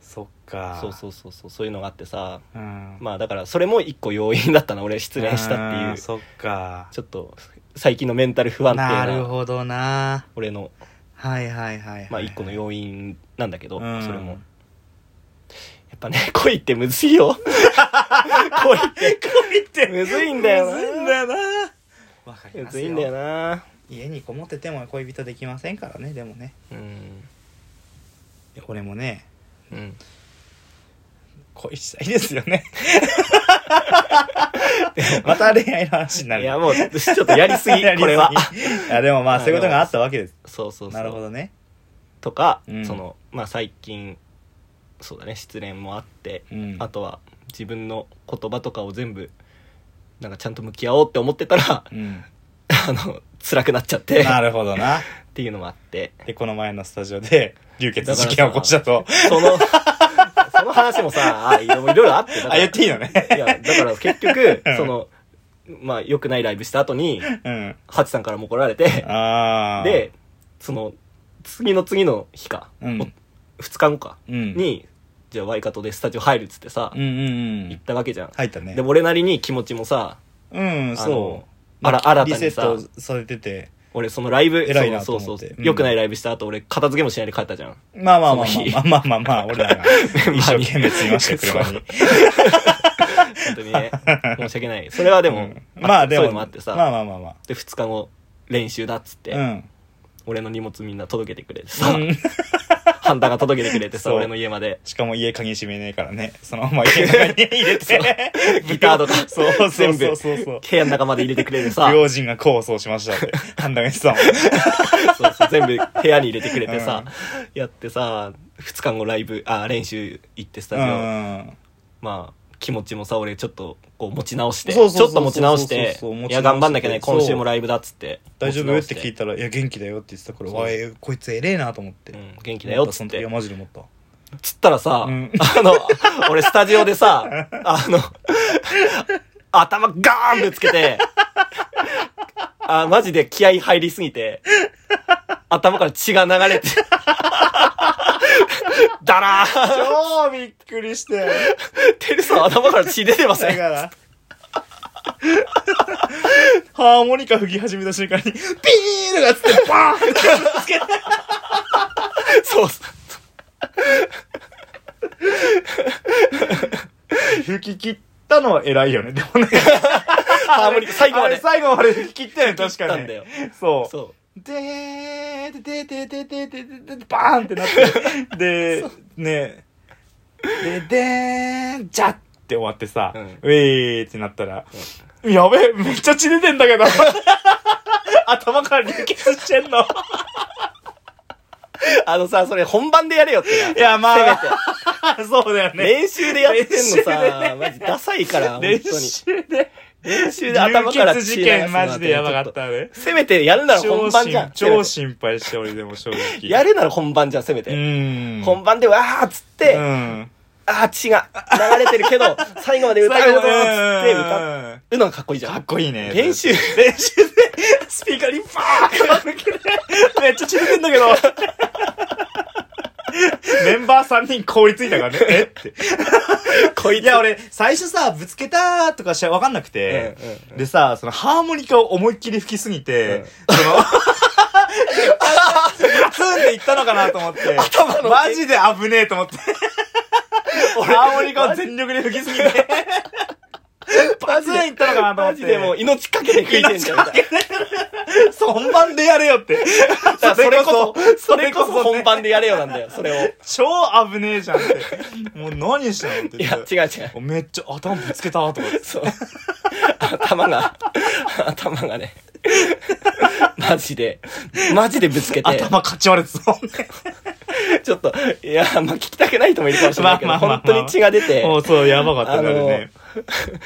Speaker 2: そっか
Speaker 1: そうそうそうそうそういうのがあってさ
Speaker 2: うん
Speaker 1: まあだからそれも一個要因だったな俺失恋したってい
Speaker 2: ん
Speaker 1: う
Speaker 2: そっか
Speaker 1: ちょっと最近のメンタル不安定
Speaker 2: なる
Speaker 1: な
Speaker 2: ほどな
Speaker 1: 俺の
Speaker 2: はいはいはい、はい、
Speaker 1: まあ一個の要因なんだけど、
Speaker 2: うん
Speaker 1: それも。やっぱね、 [LAUGHS] 恋ってむずい
Speaker 2: [LAUGHS]
Speaker 1: よ。 [LAUGHS] 恋って。
Speaker 2: 恋って
Speaker 1: むずいんだよな
Speaker 2: むずいんだよなわかり
Speaker 1: む
Speaker 2: ます
Speaker 1: ず
Speaker 2: よ
Speaker 1: いんだよな。
Speaker 2: 家にこもってても恋人できませんからねでもね
Speaker 1: うん。
Speaker 2: いや俺もね
Speaker 1: うん。
Speaker 2: 恋したいですよ [LAUGHS] ねまた恋愛の話にないる
Speaker 1: や、もう、ちょっとやりすぎ、
Speaker 2: [LAUGHS] やりすぎ
Speaker 1: これは。
Speaker 2: いやでもまあ
Speaker 1: まあ
Speaker 2: そういうことがあったわけです
Speaker 1: そうそうそう。
Speaker 2: なるほどね
Speaker 1: とか、
Speaker 2: うん
Speaker 1: その、まあ最近、そうだね、失恋もあって、
Speaker 2: うん
Speaker 1: あとは自分の言葉とかを全部、なんかちゃんと向き合おうって思ってたら、 [LAUGHS]
Speaker 2: うん
Speaker 1: あの、辛くなっちゃって、っ
Speaker 2: なるほどな
Speaker 1: ていうのもあって。
Speaker 2: でこの前のスタジオで流血事件を起こしたと
Speaker 1: その、 [LAUGHS] その話もさ、あいろいろあって、だから [LAUGHS]
Speaker 2: あ言っていいのね
Speaker 1: いや、だから結局
Speaker 2: [LAUGHS] うん、
Speaker 1: その、まあ、良くないライブした後に、
Speaker 2: うん。
Speaker 1: ハチさんからも怒られて、
Speaker 2: ああ。、
Speaker 1: で、その、次の次の日か、
Speaker 2: うん
Speaker 1: お2日後か、
Speaker 2: うん。
Speaker 1: に、じゃあワイカトでスタジオ入るっつってさ、
Speaker 2: うんうんう
Speaker 1: 行っ
Speaker 2: ん。
Speaker 1: たわけじゃん。
Speaker 2: 入ったね
Speaker 1: で、。俺なりに気持ちもさ、
Speaker 2: うん、
Speaker 1: あ
Speaker 2: そ
Speaker 1: の
Speaker 2: う。
Speaker 1: あら、
Speaker 2: まあ
Speaker 1: 新たにさ
Speaker 2: リセ、ットされてて。
Speaker 1: 俺そのライブ、
Speaker 2: 偉いな
Speaker 1: そう
Speaker 2: と
Speaker 1: そ
Speaker 2: 思
Speaker 1: う
Speaker 2: って
Speaker 1: そう
Speaker 2: うん
Speaker 1: 良くないライブした後、俺片付けもしないで帰ったじゃん。
Speaker 2: まあまあまあ
Speaker 1: その日
Speaker 2: まあまあまあ [LAUGHS] まあ、俺らが一生懸命積みましたよ、車に。
Speaker 1: 本当に
Speaker 2: [LAUGHS]
Speaker 1: ね、申し訳ない。それはでも、
Speaker 2: うんまあで
Speaker 1: そうい
Speaker 2: も、
Speaker 1: うのもあってさ、
Speaker 2: まあまあまあまあ。
Speaker 1: で、2日後、練習だっつって、
Speaker 2: うん。
Speaker 1: 俺の荷物みんな届けてくれてさ、
Speaker 2: うん
Speaker 1: ハンターが届けてくれてさ、
Speaker 2: そう
Speaker 1: 俺の家まで。
Speaker 2: しかも家鍵閉めねえからね。そのまま家の中に入れて。
Speaker 1: [LAUGHS] ギターとか
Speaker 2: そうそうそう
Speaker 1: 全部
Speaker 2: そうそうそう。
Speaker 1: 部屋の中まで入れてくれて
Speaker 2: [LAUGHS]
Speaker 1: さ、
Speaker 2: 不用心が功を奏しましたって。判断が言ってたもん。
Speaker 1: そうそう全部部屋に入れてくれてさ、やってさ、2日後ライブ、あ、練習行ってスタジオ、
Speaker 2: うん。
Speaker 1: まあ、気持ちもさ、俺ちょっとこう持ち直して、ちょ
Speaker 2: そうそうそう
Speaker 1: っと持ち直して
Speaker 2: そうそうそう持、
Speaker 1: い
Speaker 2: ち直して
Speaker 1: や、頑張んなきゃね、今週もライブだっつって。
Speaker 2: 大丈夫って聞い
Speaker 1: て。
Speaker 2: たら、いや、元気だよって言ってたから、
Speaker 1: そう
Speaker 2: わえ、こいつ偉えなと思って。
Speaker 1: うん、元気だよっつっ
Speaker 2: 思たその時い
Speaker 1: て
Speaker 2: や、。マジで思った。
Speaker 1: つったらさ、
Speaker 2: うん
Speaker 1: あの、俺スタジオで
Speaker 2: [LAUGHS]
Speaker 1: さ、あの、頭ガーンぶつけて、あ、マジで気合入りすぎて、頭から血が流れて、だらーん
Speaker 2: 超びっくりして。
Speaker 1: てるさん頭から血出てませ
Speaker 2: だ
Speaker 1: ん
Speaker 2: から。ハーモニカ吹き始めた瞬間に、ピーとかっつって、バーンってつけて。
Speaker 1: そうそう。
Speaker 2: 吹き切ったのは偉いよね。でもね。
Speaker 1: [LAUGHS] ハーモニカ最後ま
Speaker 2: あれ
Speaker 1: で。
Speaker 2: 最後まで吹き切ったよね、確
Speaker 1: 切
Speaker 2: か
Speaker 1: った
Speaker 2: に。
Speaker 1: んだよ
Speaker 2: そう。
Speaker 1: そ
Speaker 2: でーででででででででバーンってなって [LAUGHS] でねででーんじゃって終わってさ、
Speaker 1: う。
Speaker 2: うんウェーってなったら、やべえめっちゃ血出てんだけど [LAUGHS] 頭から流血してんのいう
Speaker 1: あのさ、それ本番でやれよってな。
Speaker 2: やま [LAUGHS] あ
Speaker 1: せ
Speaker 2: そうだよ
Speaker 1: めて。
Speaker 2: ね
Speaker 1: 練習でやってんの
Speaker 2: 練習で
Speaker 1: さ、マジダサいから、
Speaker 2: [LAUGHS]
Speaker 1: 本当
Speaker 2: 練
Speaker 1: に。
Speaker 2: 習で
Speaker 1: 練習で頭から
Speaker 2: 流血
Speaker 1: 血
Speaker 2: 事
Speaker 1: 流す
Speaker 2: 件
Speaker 1: のは
Speaker 2: マジでやばかったね
Speaker 1: せめてやるなら
Speaker 2: 超
Speaker 1: 本番じゃ
Speaker 2: 心
Speaker 1: ん。
Speaker 2: 超心配して俺でも正 [LAUGHS] 直
Speaker 1: やるなら本番じゃん、せめ
Speaker 2: う
Speaker 1: て。
Speaker 2: ん
Speaker 1: 本番でわーっつって、あ
Speaker 2: うん
Speaker 1: ー血が流れてるけ
Speaker 2: [LAUGHS]
Speaker 1: ど、最後まで歌うぞっつって歌
Speaker 2: うん
Speaker 1: うのがかっこいいじゃ
Speaker 2: かっ
Speaker 1: ん。
Speaker 2: こいいね。
Speaker 1: 練習
Speaker 2: 練習で、スピーカーにバーンって向けて、めっちゃ散れてんだ
Speaker 1: [LAUGHS]
Speaker 2: けど。メンバー3人凍りついたから
Speaker 1: [LAUGHS]
Speaker 2: ね。えって。
Speaker 1: こい
Speaker 2: いや、俺、最初さ、ぶつけたとかしわかんなくて
Speaker 1: うんうん、
Speaker 2: でさ、そのハーモニカを思いっきり吹きすぎて、その、ガツンっていったのかなと思って、マジで危ねえと思って。ハーモニカを全力で吹きすぎて、バツンいったのかなと思
Speaker 1: マ
Speaker 2: って。
Speaker 1: ジでもう命かけて吹いてんじゃん。みたい
Speaker 2: 本番でやれよって。
Speaker 1: な [LAUGHS] それこそ、それこそ
Speaker 2: ね
Speaker 1: 本番でやれよなんだよ、それを。
Speaker 2: [LAUGHS] 超危ねえじゃんって。もう何してんのって
Speaker 1: いや、違う違う。
Speaker 2: う。めっちゃ頭ぶつけたと思って。
Speaker 1: そう。頭が、頭が
Speaker 2: [LAUGHS]
Speaker 1: ね、マジで、マジでぶつけて、
Speaker 2: 頭かち割れてたもんね。
Speaker 1: ちょっと、いや、まあ、聞きたくない人もいるかもしれないけど、
Speaker 2: まあまあまあ
Speaker 1: 本
Speaker 2: まあ
Speaker 1: 当に血が出て、
Speaker 2: もうそう、やばかったね、あれね。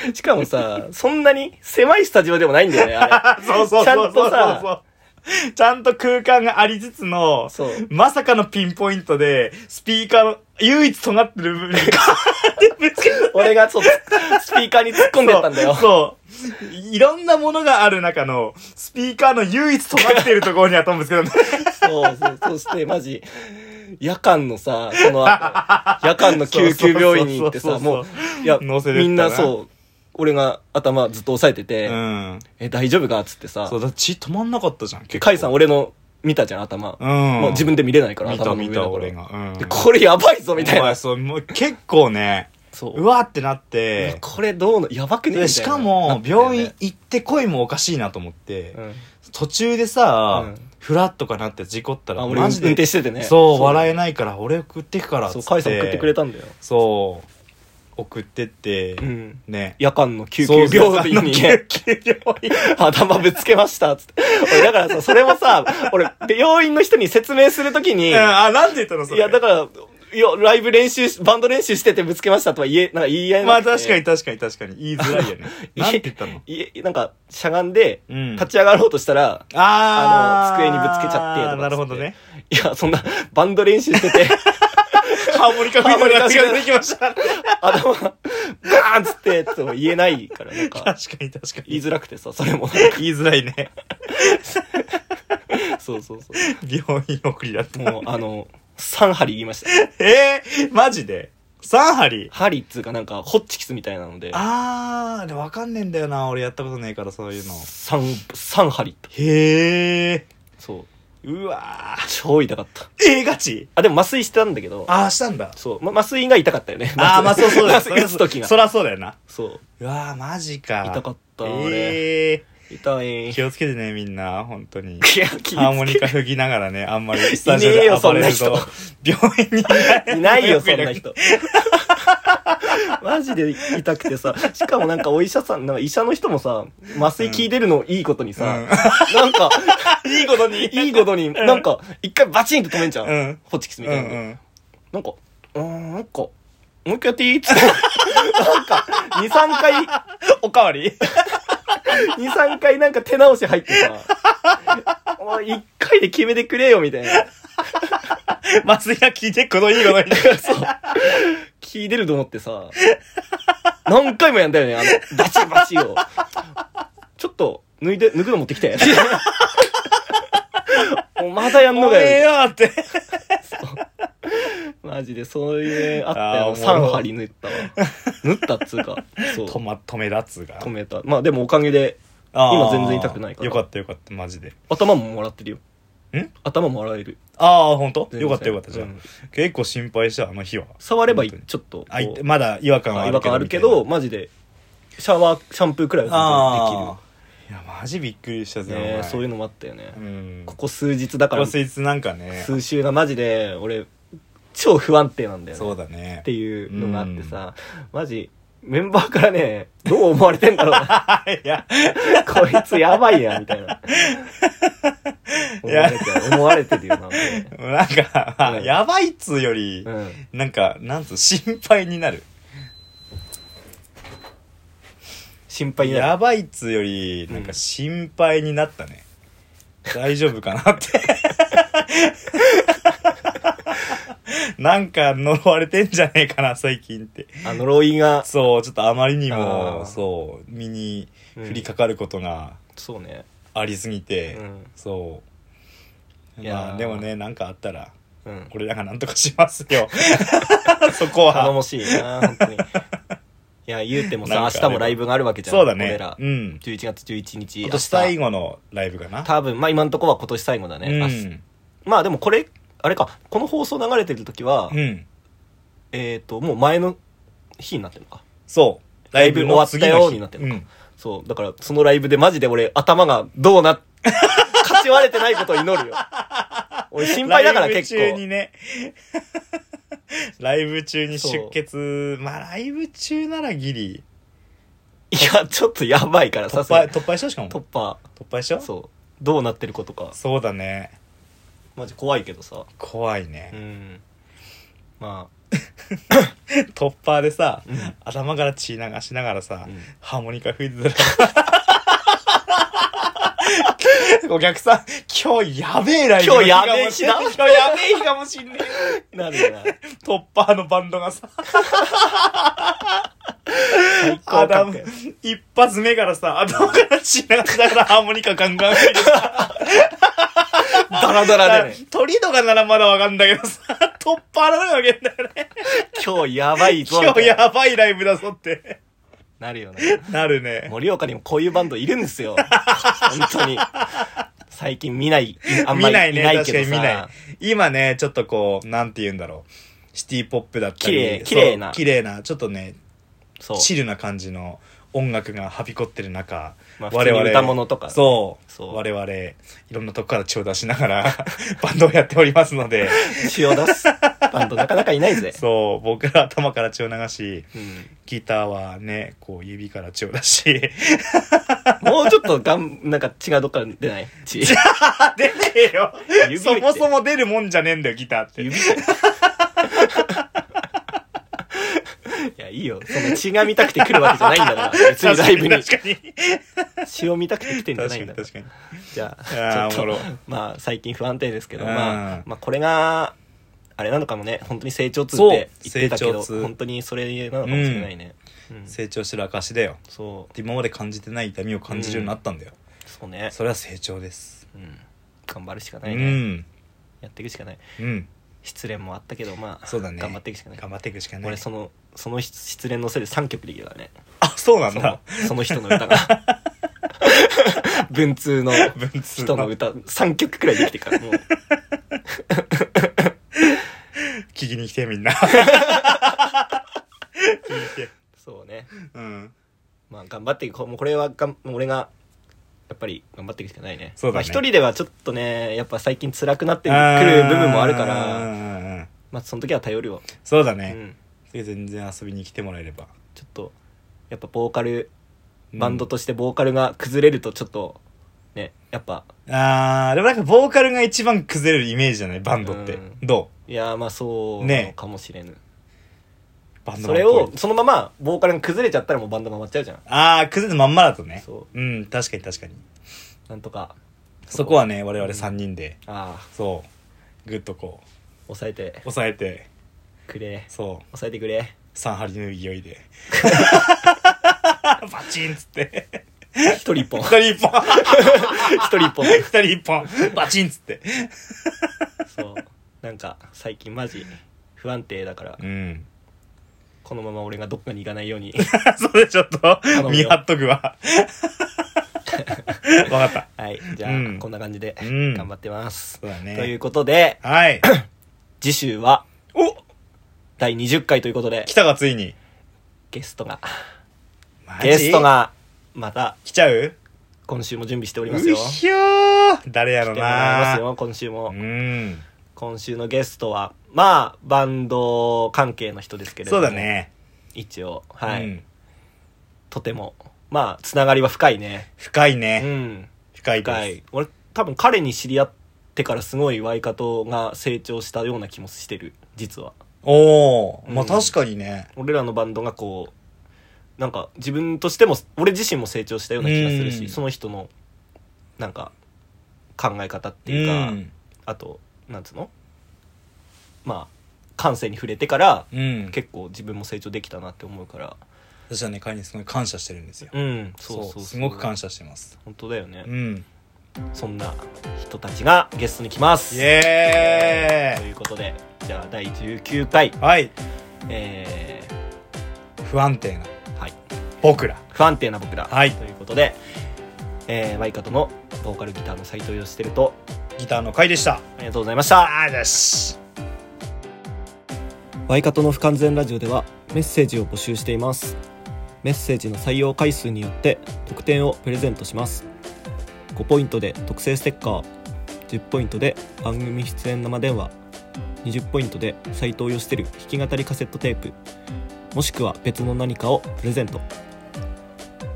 Speaker 1: の、 [LAUGHS] しかもさ、そんなに狭いスタジオでもないんだよね、あれ。
Speaker 2: [LAUGHS] そうそうそうそう。
Speaker 1: ちゃんとさ、
Speaker 2: ちゃんと空間がありつつの
Speaker 1: そう、
Speaker 2: まさかのピンポイントで、スピーカーの唯一尖ってる部分にガーってぶつけた。
Speaker 1: 俺がそう、スピーカーに突っ込んでったんだよ。
Speaker 2: [LAUGHS] そうそう。いろんなものがある中の、スピーカーの唯一尖ってるところに頭ぶつけたんだ。
Speaker 1: そうそう、そしてマジ、夜間のさ、その
Speaker 2: [LAUGHS]
Speaker 1: 後、夜間の救急病院に行ってさ、
Speaker 2: そうそ
Speaker 1: も
Speaker 2: うそう
Speaker 1: う
Speaker 2: そう、
Speaker 1: いや、
Speaker 2: 乗せてったな
Speaker 1: みんなそう、俺が頭ずっと押さえてて、
Speaker 2: うん。
Speaker 1: え、大丈夫かっつってさ
Speaker 2: そ、う、だって血止まんなかったじゃん、結構
Speaker 1: カイさん俺の見たじゃん、頭。
Speaker 2: うん
Speaker 1: もう自分で見れないから、
Speaker 2: 見
Speaker 1: 頭
Speaker 2: た
Speaker 1: の上
Speaker 2: 見
Speaker 1: だか
Speaker 2: た、
Speaker 1: ら
Speaker 2: 俺が。うん。
Speaker 1: で、これやばいぞ、みたい
Speaker 2: お前
Speaker 1: な。
Speaker 2: そう、もう結構ね、
Speaker 1: そうう。
Speaker 2: わってなっ
Speaker 1: え
Speaker 2: て、
Speaker 1: これどうの、やばくねみたい
Speaker 2: で
Speaker 1: な
Speaker 2: しかも、病院、行ってこいもおかしいなと思って、途中でさ、
Speaker 1: うん
Speaker 2: フラッとかなって事故った
Speaker 1: な
Speaker 2: ら、
Speaker 1: ってたよねうんあ、俺
Speaker 2: マ
Speaker 1: 運
Speaker 2: ジで、
Speaker 1: 転しててね。
Speaker 2: そう、笑え
Speaker 1: い。
Speaker 2: ないから、俺送ってくからっつ
Speaker 1: そ
Speaker 2: っ
Speaker 1: う、
Speaker 2: て、
Speaker 1: カイさん送ってくれたんだよ。
Speaker 2: そう、送ってって、
Speaker 1: うん。
Speaker 2: ね。
Speaker 1: 夜間の救
Speaker 2: そう
Speaker 1: 急病院にね、
Speaker 2: 救急病院。
Speaker 1: 頭ぶつけました、つって。俺、だからさ、それもさ、俺、病院の人に説明するときに、
Speaker 2: うん、あ、なんて言ったのそ
Speaker 1: い
Speaker 2: れ。
Speaker 1: や、だから、いや、ライブ練習し、バンド練習しててぶつけましたとは言え、なんか言い合え
Speaker 2: ま
Speaker 1: な
Speaker 2: あ
Speaker 1: くて
Speaker 2: 確かに確かに確かに。言いづらいよね。なんて言ったの
Speaker 1: [LAUGHS] いえ、なんか、しゃがんで、
Speaker 2: うん
Speaker 1: 立ち上がろうとしたら、
Speaker 2: あー
Speaker 1: あの机にぶつけちゃってとかっつって
Speaker 2: なるほどね。
Speaker 1: いや、そんな、バンド練習してて、 [LAUGHS]
Speaker 2: ハーモニカ吹いたら違ってきました。
Speaker 1: 頭、ガーンっつって、とも言えないから、なん
Speaker 2: 確
Speaker 1: か
Speaker 2: か、に確か
Speaker 1: 言
Speaker 2: に
Speaker 1: い。づらくてさ、それも。 [LAUGHS]
Speaker 2: 言いづらいね。
Speaker 1: そうそうそう。
Speaker 2: [LAUGHS] 病院送りだと
Speaker 1: もう
Speaker 2: 思う、。
Speaker 1: あの、3針言いました。
Speaker 2: えー、マジで ?3 針
Speaker 1: 針っつうかなんか、ホッチキスみたいなので、
Speaker 2: あー、でわかんねえんだよな。俺やったことねえから、そういうの。
Speaker 1: 三三針って。
Speaker 2: へえ。
Speaker 1: そう。
Speaker 2: うわー。
Speaker 1: 超痛かった。
Speaker 2: えー、ガチ
Speaker 1: あ、でも麻酔してたんだけど、
Speaker 2: あー、したんだ。
Speaker 1: そう、ま、麻酔が痛かったよね。
Speaker 2: あー、まあそうそう [LAUGHS] だよ。
Speaker 1: [LAUGHS] 麻酔打つ時が。
Speaker 2: そらそうだよな。
Speaker 1: そう。
Speaker 2: うわー、マジか。
Speaker 1: 痛かった
Speaker 2: ええ
Speaker 1: 痛い。
Speaker 2: [LAUGHS] 気をつけてね、みんな。本
Speaker 1: [LAUGHS]
Speaker 2: 当に。
Speaker 1: いや気
Speaker 2: ハーモ
Speaker 1: ぃ
Speaker 2: ニカ吹きながらね、あんま
Speaker 1: [LAUGHS]
Speaker 2: りスタジオ
Speaker 1: いねえ
Speaker 2: で
Speaker 1: よ
Speaker 2: 暴れる
Speaker 1: そん
Speaker 2: と
Speaker 1: な人、
Speaker 2: 病院に
Speaker 1: つけいないよ、そんな人。マジで痛くてさ、しかもなんかお医者さん、なんか医者の人もさ、麻酔効いてるのいいことにさ、
Speaker 2: うん
Speaker 1: なんか、
Speaker 2: いいことに。
Speaker 1: いいことに、なんか、一回バチンと止めんじゃん。
Speaker 2: うん
Speaker 1: ホッチキスみ
Speaker 2: うん
Speaker 1: た
Speaker 2: う
Speaker 1: いなので。
Speaker 2: ん。
Speaker 1: なんか、うーん、なんか、もう一回やっていいっつって。なんか、2、3回、
Speaker 2: おかわ
Speaker 1: [LAUGHS]
Speaker 2: り
Speaker 1: 2、3回なんか手直し入ってさ、お前1回で決めてくれよみたいな。
Speaker 2: 松井が聞いて、このいいことに。
Speaker 1: [LAUGHS] 聞いてると思ってさ、 [LAUGHS] 何回もやんだよね、あの、バチバチを。ちょっと、抜いて、抜くの持ってきて。 [LAUGHS] もうまだやんの
Speaker 2: もう
Speaker 1: か
Speaker 2: ええ
Speaker 1: よ。
Speaker 2: よって。
Speaker 1: マジで、そういう、あった
Speaker 2: あーお
Speaker 1: よ。
Speaker 2: もろ
Speaker 1: 3針縫ったわ。縫ったっつうか。そう。
Speaker 2: [LAUGHS] 止ま、止めだっつうが。
Speaker 1: 止めた。まあでもおかげで、
Speaker 2: あー
Speaker 1: 今全然痛くないから
Speaker 2: よかったよかった、マジで。
Speaker 1: 頭ももらってるよ。
Speaker 2: ん
Speaker 1: 頭もらえる。
Speaker 2: ああ、ほんと
Speaker 1: 全然
Speaker 2: よかったよかった、じゃあ
Speaker 1: うん。
Speaker 2: 結構心配した、あの日は。
Speaker 1: 触ればいい
Speaker 2: 本当に
Speaker 1: ちょっとこう
Speaker 2: あいまだ違和感はあ
Speaker 1: 違
Speaker 2: る
Speaker 1: 和感あるけどマジでシャワーシャンプーくらいは
Speaker 2: ああいやマジびっくりした
Speaker 1: 全
Speaker 2: ぜ、
Speaker 1: 然できるね
Speaker 2: お
Speaker 1: え
Speaker 2: 前
Speaker 1: そういうのもあったよね、
Speaker 2: うん
Speaker 1: ここ数日だか
Speaker 2: こ
Speaker 1: ら
Speaker 2: スイーツなんかね
Speaker 1: 数週がマジで俺超不安定なんだよね
Speaker 2: そうだね
Speaker 1: っていうのがあってさ、マジメンバーからねどう思われてんだろう
Speaker 2: [LAUGHS]
Speaker 1: な
Speaker 2: [LAUGHS] いや
Speaker 1: こいつやばいやみたいな思わ
Speaker 2: や
Speaker 1: れて思われてるよなもうね
Speaker 2: なんか、
Speaker 1: うん
Speaker 2: やばいっつうより、
Speaker 1: うん
Speaker 2: なんかなんつう心配になる
Speaker 1: 心配になる
Speaker 2: やばいっつうよりなんか心配になったね、大丈夫かなっ
Speaker 1: [LAUGHS]
Speaker 2: てなんか呪われてんじゃねえかな最近って
Speaker 1: あの呪いが
Speaker 2: そうちょっとあまりに
Speaker 1: あー
Speaker 2: もそう身に降りかかることが
Speaker 1: そうね
Speaker 2: ありすぎて、
Speaker 1: うん
Speaker 2: そう
Speaker 1: い
Speaker 2: い
Speaker 1: やー
Speaker 2: やでもねなんかあったら
Speaker 1: うん
Speaker 2: 俺らがなんとかします
Speaker 1: [LAUGHS]
Speaker 2: よそこ
Speaker 1: 頼
Speaker 2: は
Speaker 1: もしいな、本当に。いや、言うてもさ、
Speaker 2: な
Speaker 1: 明
Speaker 2: んかね
Speaker 1: 日もライブがあるわけじゃん。
Speaker 2: そうだ
Speaker 1: 俺
Speaker 2: ね
Speaker 1: ら。
Speaker 2: うん
Speaker 1: 11月11日。
Speaker 2: 今年最
Speaker 1: 後。
Speaker 2: 後のライブかな
Speaker 1: 多分、まあ今のところは今年最後だね。
Speaker 2: う
Speaker 1: 明日
Speaker 2: ん
Speaker 1: まあでもこれ、あれか、この放送流れてる時は、
Speaker 2: うん
Speaker 1: えっと、もう前の日になってるのか。
Speaker 2: そうライブの次の
Speaker 1: ライブ終わったよに
Speaker 2: 日
Speaker 1: なってんの
Speaker 2: うん
Speaker 1: そう。だから、そのライブでマジで俺、頭がどうな、かち割れてないことを祈るよ。俺心配だから結
Speaker 2: ライブ中に
Speaker 1: 構。 [LAUGHS]
Speaker 2: ねライブ中に
Speaker 1: そう
Speaker 2: 出血まあライブ中ならギリ
Speaker 1: いや、ちょっとやばいから、
Speaker 2: 突
Speaker 1: さすが
Speaker 2: 破
Speaker 1: に
Speaker 2: 突破でしょしかも
Speaker 1: 突
Speaker 2: 突
Speaker 1: 破。
Speaker 2: 破でしょ
Speaker 1: そう。どうなってることか。
Speaker 2: そうだね
Speaker 1: マジ怖いけどさ。
Speaker 2: 怖いうね、
Speaker 1: ん。ま
Speaker 2: 突破でさ、
Speaker 1: ん
Speaker 2: 頭から血流しながらさ、
Speaker 1: うん
Speaker 2: ハーモニカ吹い
Speaker 1: [LAUGHS]
Speaker 2: てたらお客さん今日やべえライブの
Speaker 1: 今日やべえ日だ
Speaker 2: 今日やべえ日かもしんねえ
Speaker 1: あ、なるよな。
Speaker 2: 突破のバンドがさ
Speaker 1: 最高かっ
Speaker 2: 頭
Speaker 1: こいい
Speaker 2: 一発目からさ頭から血流しながらハーモニカガンガン吹いてさ
Speaker 1: ダラダラでね。
Speaker 2: 鳥とかならまだわかんだけどさ [LAUGHS] 突破なのわけんだよね
Speaker 1: 今日やばいぞ。
Speaker 2: 今日やばいライブだぞって
Speaker 1: なるよね。
Speaker 2: なるね
Speaker 1: [LAUGHS] 盛岡にもこういうバンドいるん
Speaker 2: [LAUGHS]
Speaker 1: ですよ。本当に。最近見ない、いあんま
Speaker 2: 見
Speaker 1: り
Speaker 2: ない
Speaker 1: い
Speaker 2: ね、
Speaker 1: ない
Speaker 2: 確
Speaker 1: け
Speaker 2: か
Speaker 1: ど
Speaker 2: に
Speaker 1: さ。
Speaker 2: 見ない。今ね、ちょっとこう、なんて言うんだろう。シティポップだっ
Speaker 1: 綺
Speaker 2: たり。
Speaker 1: 麗
Speaker 2: そう
Speaker 1: 綺麗な
Speaker 2: 綺麗な、ちょっとね、
Speaker 1: そう。
Speaker 2: チルな感じの音楽がはびこってる中、
Speaker 1: まあ普通に歌物とか
Speaker 2: そう
Speaker 1: そう
Speaker 2: 我々、いろんなとこから血を出しながら、 [LAUGHS] バンドをやっておりますので、
Speaker 1: 血を出すバンドなかなかいない
Speaker 2: [LAUGHS]
Speaker 1: ぜ。
Speaker 2: そう、僕ら頭から血を流し、
Speaker 1: うん
Speaker 2: ギターはね、こう指から血を出し、
Speaker 1: もうちょっとがん、なんか血がどっか出ない血。
Speaker 2: [LAUGHS] あ、出ねえよ
Speaker 1: 指
Speaker 2: そもそも出るもんじゃねえんだよ、ギターって。
Speaker 1: 指で。い [LAUGHS] や、いいよ。その血が見たくて来るわけじゃないんだから。別にライブに
Speaker 2: 確かに。
Speaker 1: 血を見たくて来てんじゃ
Speaker 2: 確
Speaker 1: な
Speaker 2: か
Speaker 1: いんだ
Speaker 2: に、
Speaker 1: から
Speaker 2: 確。かに。
Speaker 1: じゃ
Speaker 2: あ
Speaker 1: あ、
Speaker 2: ー
Speaker 1: ちょっ
Speaker 2: おも
Speaker 1: と
Speaker 2: ろ、
Speaker 1: まあ、最近不安定ですけど、
Speaker 2: うん
Speaker 1: まあ、まあ、これが、あれなのかもね、本当に成長痛って
Speaker 2: そう
Speaker 1: 言ってたけ
Speaker 2: 成長
Speaker 1: ど、
Speaker 2: 痛
Speaker 1: 本当にそれなのかもしれないね。うん
Speaker 2: 成長してる証だよ
Speaker 1: そう、
Speaker 2: 今まで感じてない痛みを感じるようになったんだよ、
Speaker 1: そうね。
Speaker 2: それは成長です、
Speaker 1: うん。頑張るしか
Speaker 2: う
Speaker 1: ないね。
Speaker 2: ん
Speaker 1: やっていくしかない。
Speaker 2: うん
Speaker 1: 失恋もあったけど、まあ、
Speaker 2: そうだね
Speaker 1: 頑張っていくしかない。
Speaker 2: 頑張っていくしかない
Speaker 1: 俺、その、その失恋のせいで3曲できるからね。
Speaker 2: あそうなん
Speaker 1: そ
Speaker 2: だ
Speaker 1: の、その人の歌が。
Speaker 2: [LAUGHS]
Speaker 1: 文通の
Speaker 2: 文通の
Speaker 1: 人の歌、3曲くらいできてるから、もう。
Speaker 2: 聞きに来て
Speaker 1: [LAUGHS]
Speaker 2: みんな
Speaker 1: そうね。
Speaker 2: うん
Speaker 1: まあ頑張っていこう。もうこれはがん、もう俺が、やっぱり頑張っていくしかないね。
Speaker 2: そうだね
Speaker 1: まあ一人ではちょっとね、やっぱ最近辛くなってくる部分もあるか
Speaker 2: うん
Speaker 1: ら、
Speaker 2: うんうん
Speaker 1: まあその時は頼るよ。
Speaker 2: そうだ
Speaker 1: う
Speaker 2: ね、
Speaker 1: ん。
Speaker 2: で全然遊びに来てもらえれば
Speaker 1: ちょっと、やっぱボーカル、
Speaker 2: うん
Speaker 1: バンドとしてボーカルが崩れるとちょっと、ね、やっぱ、
Speaker 2: あーでもなんかボーカルが一番崩れるイメージじゃないバンドって、
Speaker 1: うん
Speaker 2: ど
Speaker 1: いやーまあそうなの
Speaker 2: ね
Speaker 1: かもしれぬ。
Speaker 2: うバン
Speaker 1: そ
Speaker 2: ドマンっ
Speaker 1: れ
Speaker 2: ぽい
Speaker 1: を、そのままボーカルが崩れちゃったらもうバンドが終わっちゃうじゃん。
Speaker 2: ああ崩れたまんまだとね
Speaker 1: そう
Speaker 2: うん確かに確かに
Speaker 1: なんとか、
Speaker 2: そこはね我々3人で、
Speaker 1: ああ、
Speaker 2: そうグッとこう
Speaker 1: 抑えて
Speaker 2: 抑えて
Speaker 1: くれ。
Speaker 2: そう
Speaker 1: 抑えてくれ。
Speaker 2: 3針の勢いで [LAUGHS] バチンっつって
Speaker 1: 一人一本
Speaker 2: [LAUGHS] 一。人一本
Speaker 1: 一人一本。
Speaker 2: 一人一本バチンっつって
Speaker 1: そうなんか最近マジ不安定だから、
Speaker 2: うん [LAUGHS]
Speaker 1: このまま俺がどっかに行かないように
Speaker 2: それちょっと
Speaker 1: むよ
Speaker 2: 見張っとく
Speaker 1: [LAUGHS]
Speaker 2: わわかった
Speaker 1: はいじゃあ、
Speaker 2: うん
Speaker 1: こんな感じで
Speaker 2: うん
Speaker 1: 頑張ってます、
Speaker 2: そうだね
Speaker 1: ということで
Speaker 2: はい
Speaker 1: 次週は
Speaker 2: お
Speaker 1: 第20回ということで
Speaker 2: 来たかついに
Speaker 1: ゲストが
Speaker 2: マジ
Speaker 1: ゲストがまた
Speaker 2: 来ちゃう
Speaker 1: 今週も準備しており
Speaker 2: う
Speaker 1: ますよ来
Speaker 2: ひょー誰や
Speaker 1: て
Speaker 2: ろ
Speaker 1: もらいます
Speaker 2: な
Speaker 1: よ今週
Speaker 2: う
Speaker 1: も
Speaker 2: ん
Speaker 1: 今週のゲストはまあバンド関係の人ですけれど
Speaker 2: そ
Speaker 1: も
Speaker 2: うだね
Speaker 1: 一応はい、
Speaker 2: うん
Speaker 1: とてもまあつながりは深いね
Speaker 2: 深いうね
Speaker 1: ん
Speaker 2: 深い
Speaker 1: 深
Speaker 2: です
Speaker 1: い俺多分彼に知り合ってからすごいワイカトが成長したような気もしてる実は
Speaker 2: おお
Speaker 1: うん
Speaker 2: まあ確かにね
Speaker 1: 俺らのバンドがこうなんか自分としても俺自身も成長したような気がするし、
Speaker 2: うん
Speaker 1: その人のなんか考え方って
Speaker 2: う
Speaker 1: いうか、
Speaker 2: ん
Speaker 1: あとなんつうのまあ感性に触れてから
Speaker 2: うん
Speaker 1: 結構自分も成長できたなって思うから
Speaker 2: 私はね彼にすごい感謝してるんですよ
Speaker 1: うんそうそうそう
Speaker 2: すごく感謝してます
Speaker 1: 本当だよね、
Speaker 2: うん
Speaker 1: そんな人たちがゲストに来ます
Speaker 2: イエ
Speaker 1: と
Speaker 2: ー
Speaker 1: いうことでじゃあ第19回
Speaker 2: イはい
Speaker 1: え
Speaker 2: 不安定な
Speaker 1: ーはい
Speaker 2: 僕ら
Speaker 1: 不安定な僕ら、
Speaker 2: はい
Speaker 1: ということで、えー、ワイカトのボーカルギターの斉藤義輝と
Speaker 2: ギターの回でした
Speaker 1: ありがとうございました
Speaker 2: あーよし
Speaker 1: ワイカトの不完全ラジオではメッセージを募集していますメッセージの採用回数によって特典をプレゼントします5ポイントで特製ステッカー10ポイントで番組出演生電話20ポイントで斉藤義輝弾き語りカセットテープもしくは別の何かをプレゼント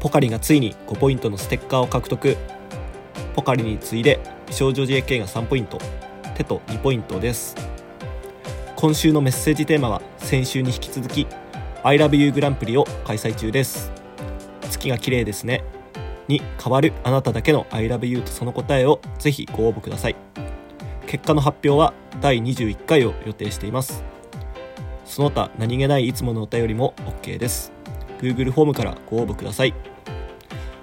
Speaker 1: ポカリがついに5ポイントのステッカーを獲得ポカリに次いで美少女 JK が3ポイント手と2ポイントです今週のメッセージテーマは先週に引き続き「ILOVEYOU グランプリ」を開催中です月が綺麗ですねに変わるあなただけの「ILOVEYOU」とその答えをぜひご応募ください結果の発表は第21回を予定していますその他何気ないいつものお便りも OK です Google フォームからご応募ください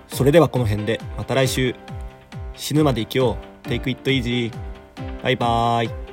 Speaker 1: それではこの辺でまた来週死ぬまで生きよう Take it easy バイバイ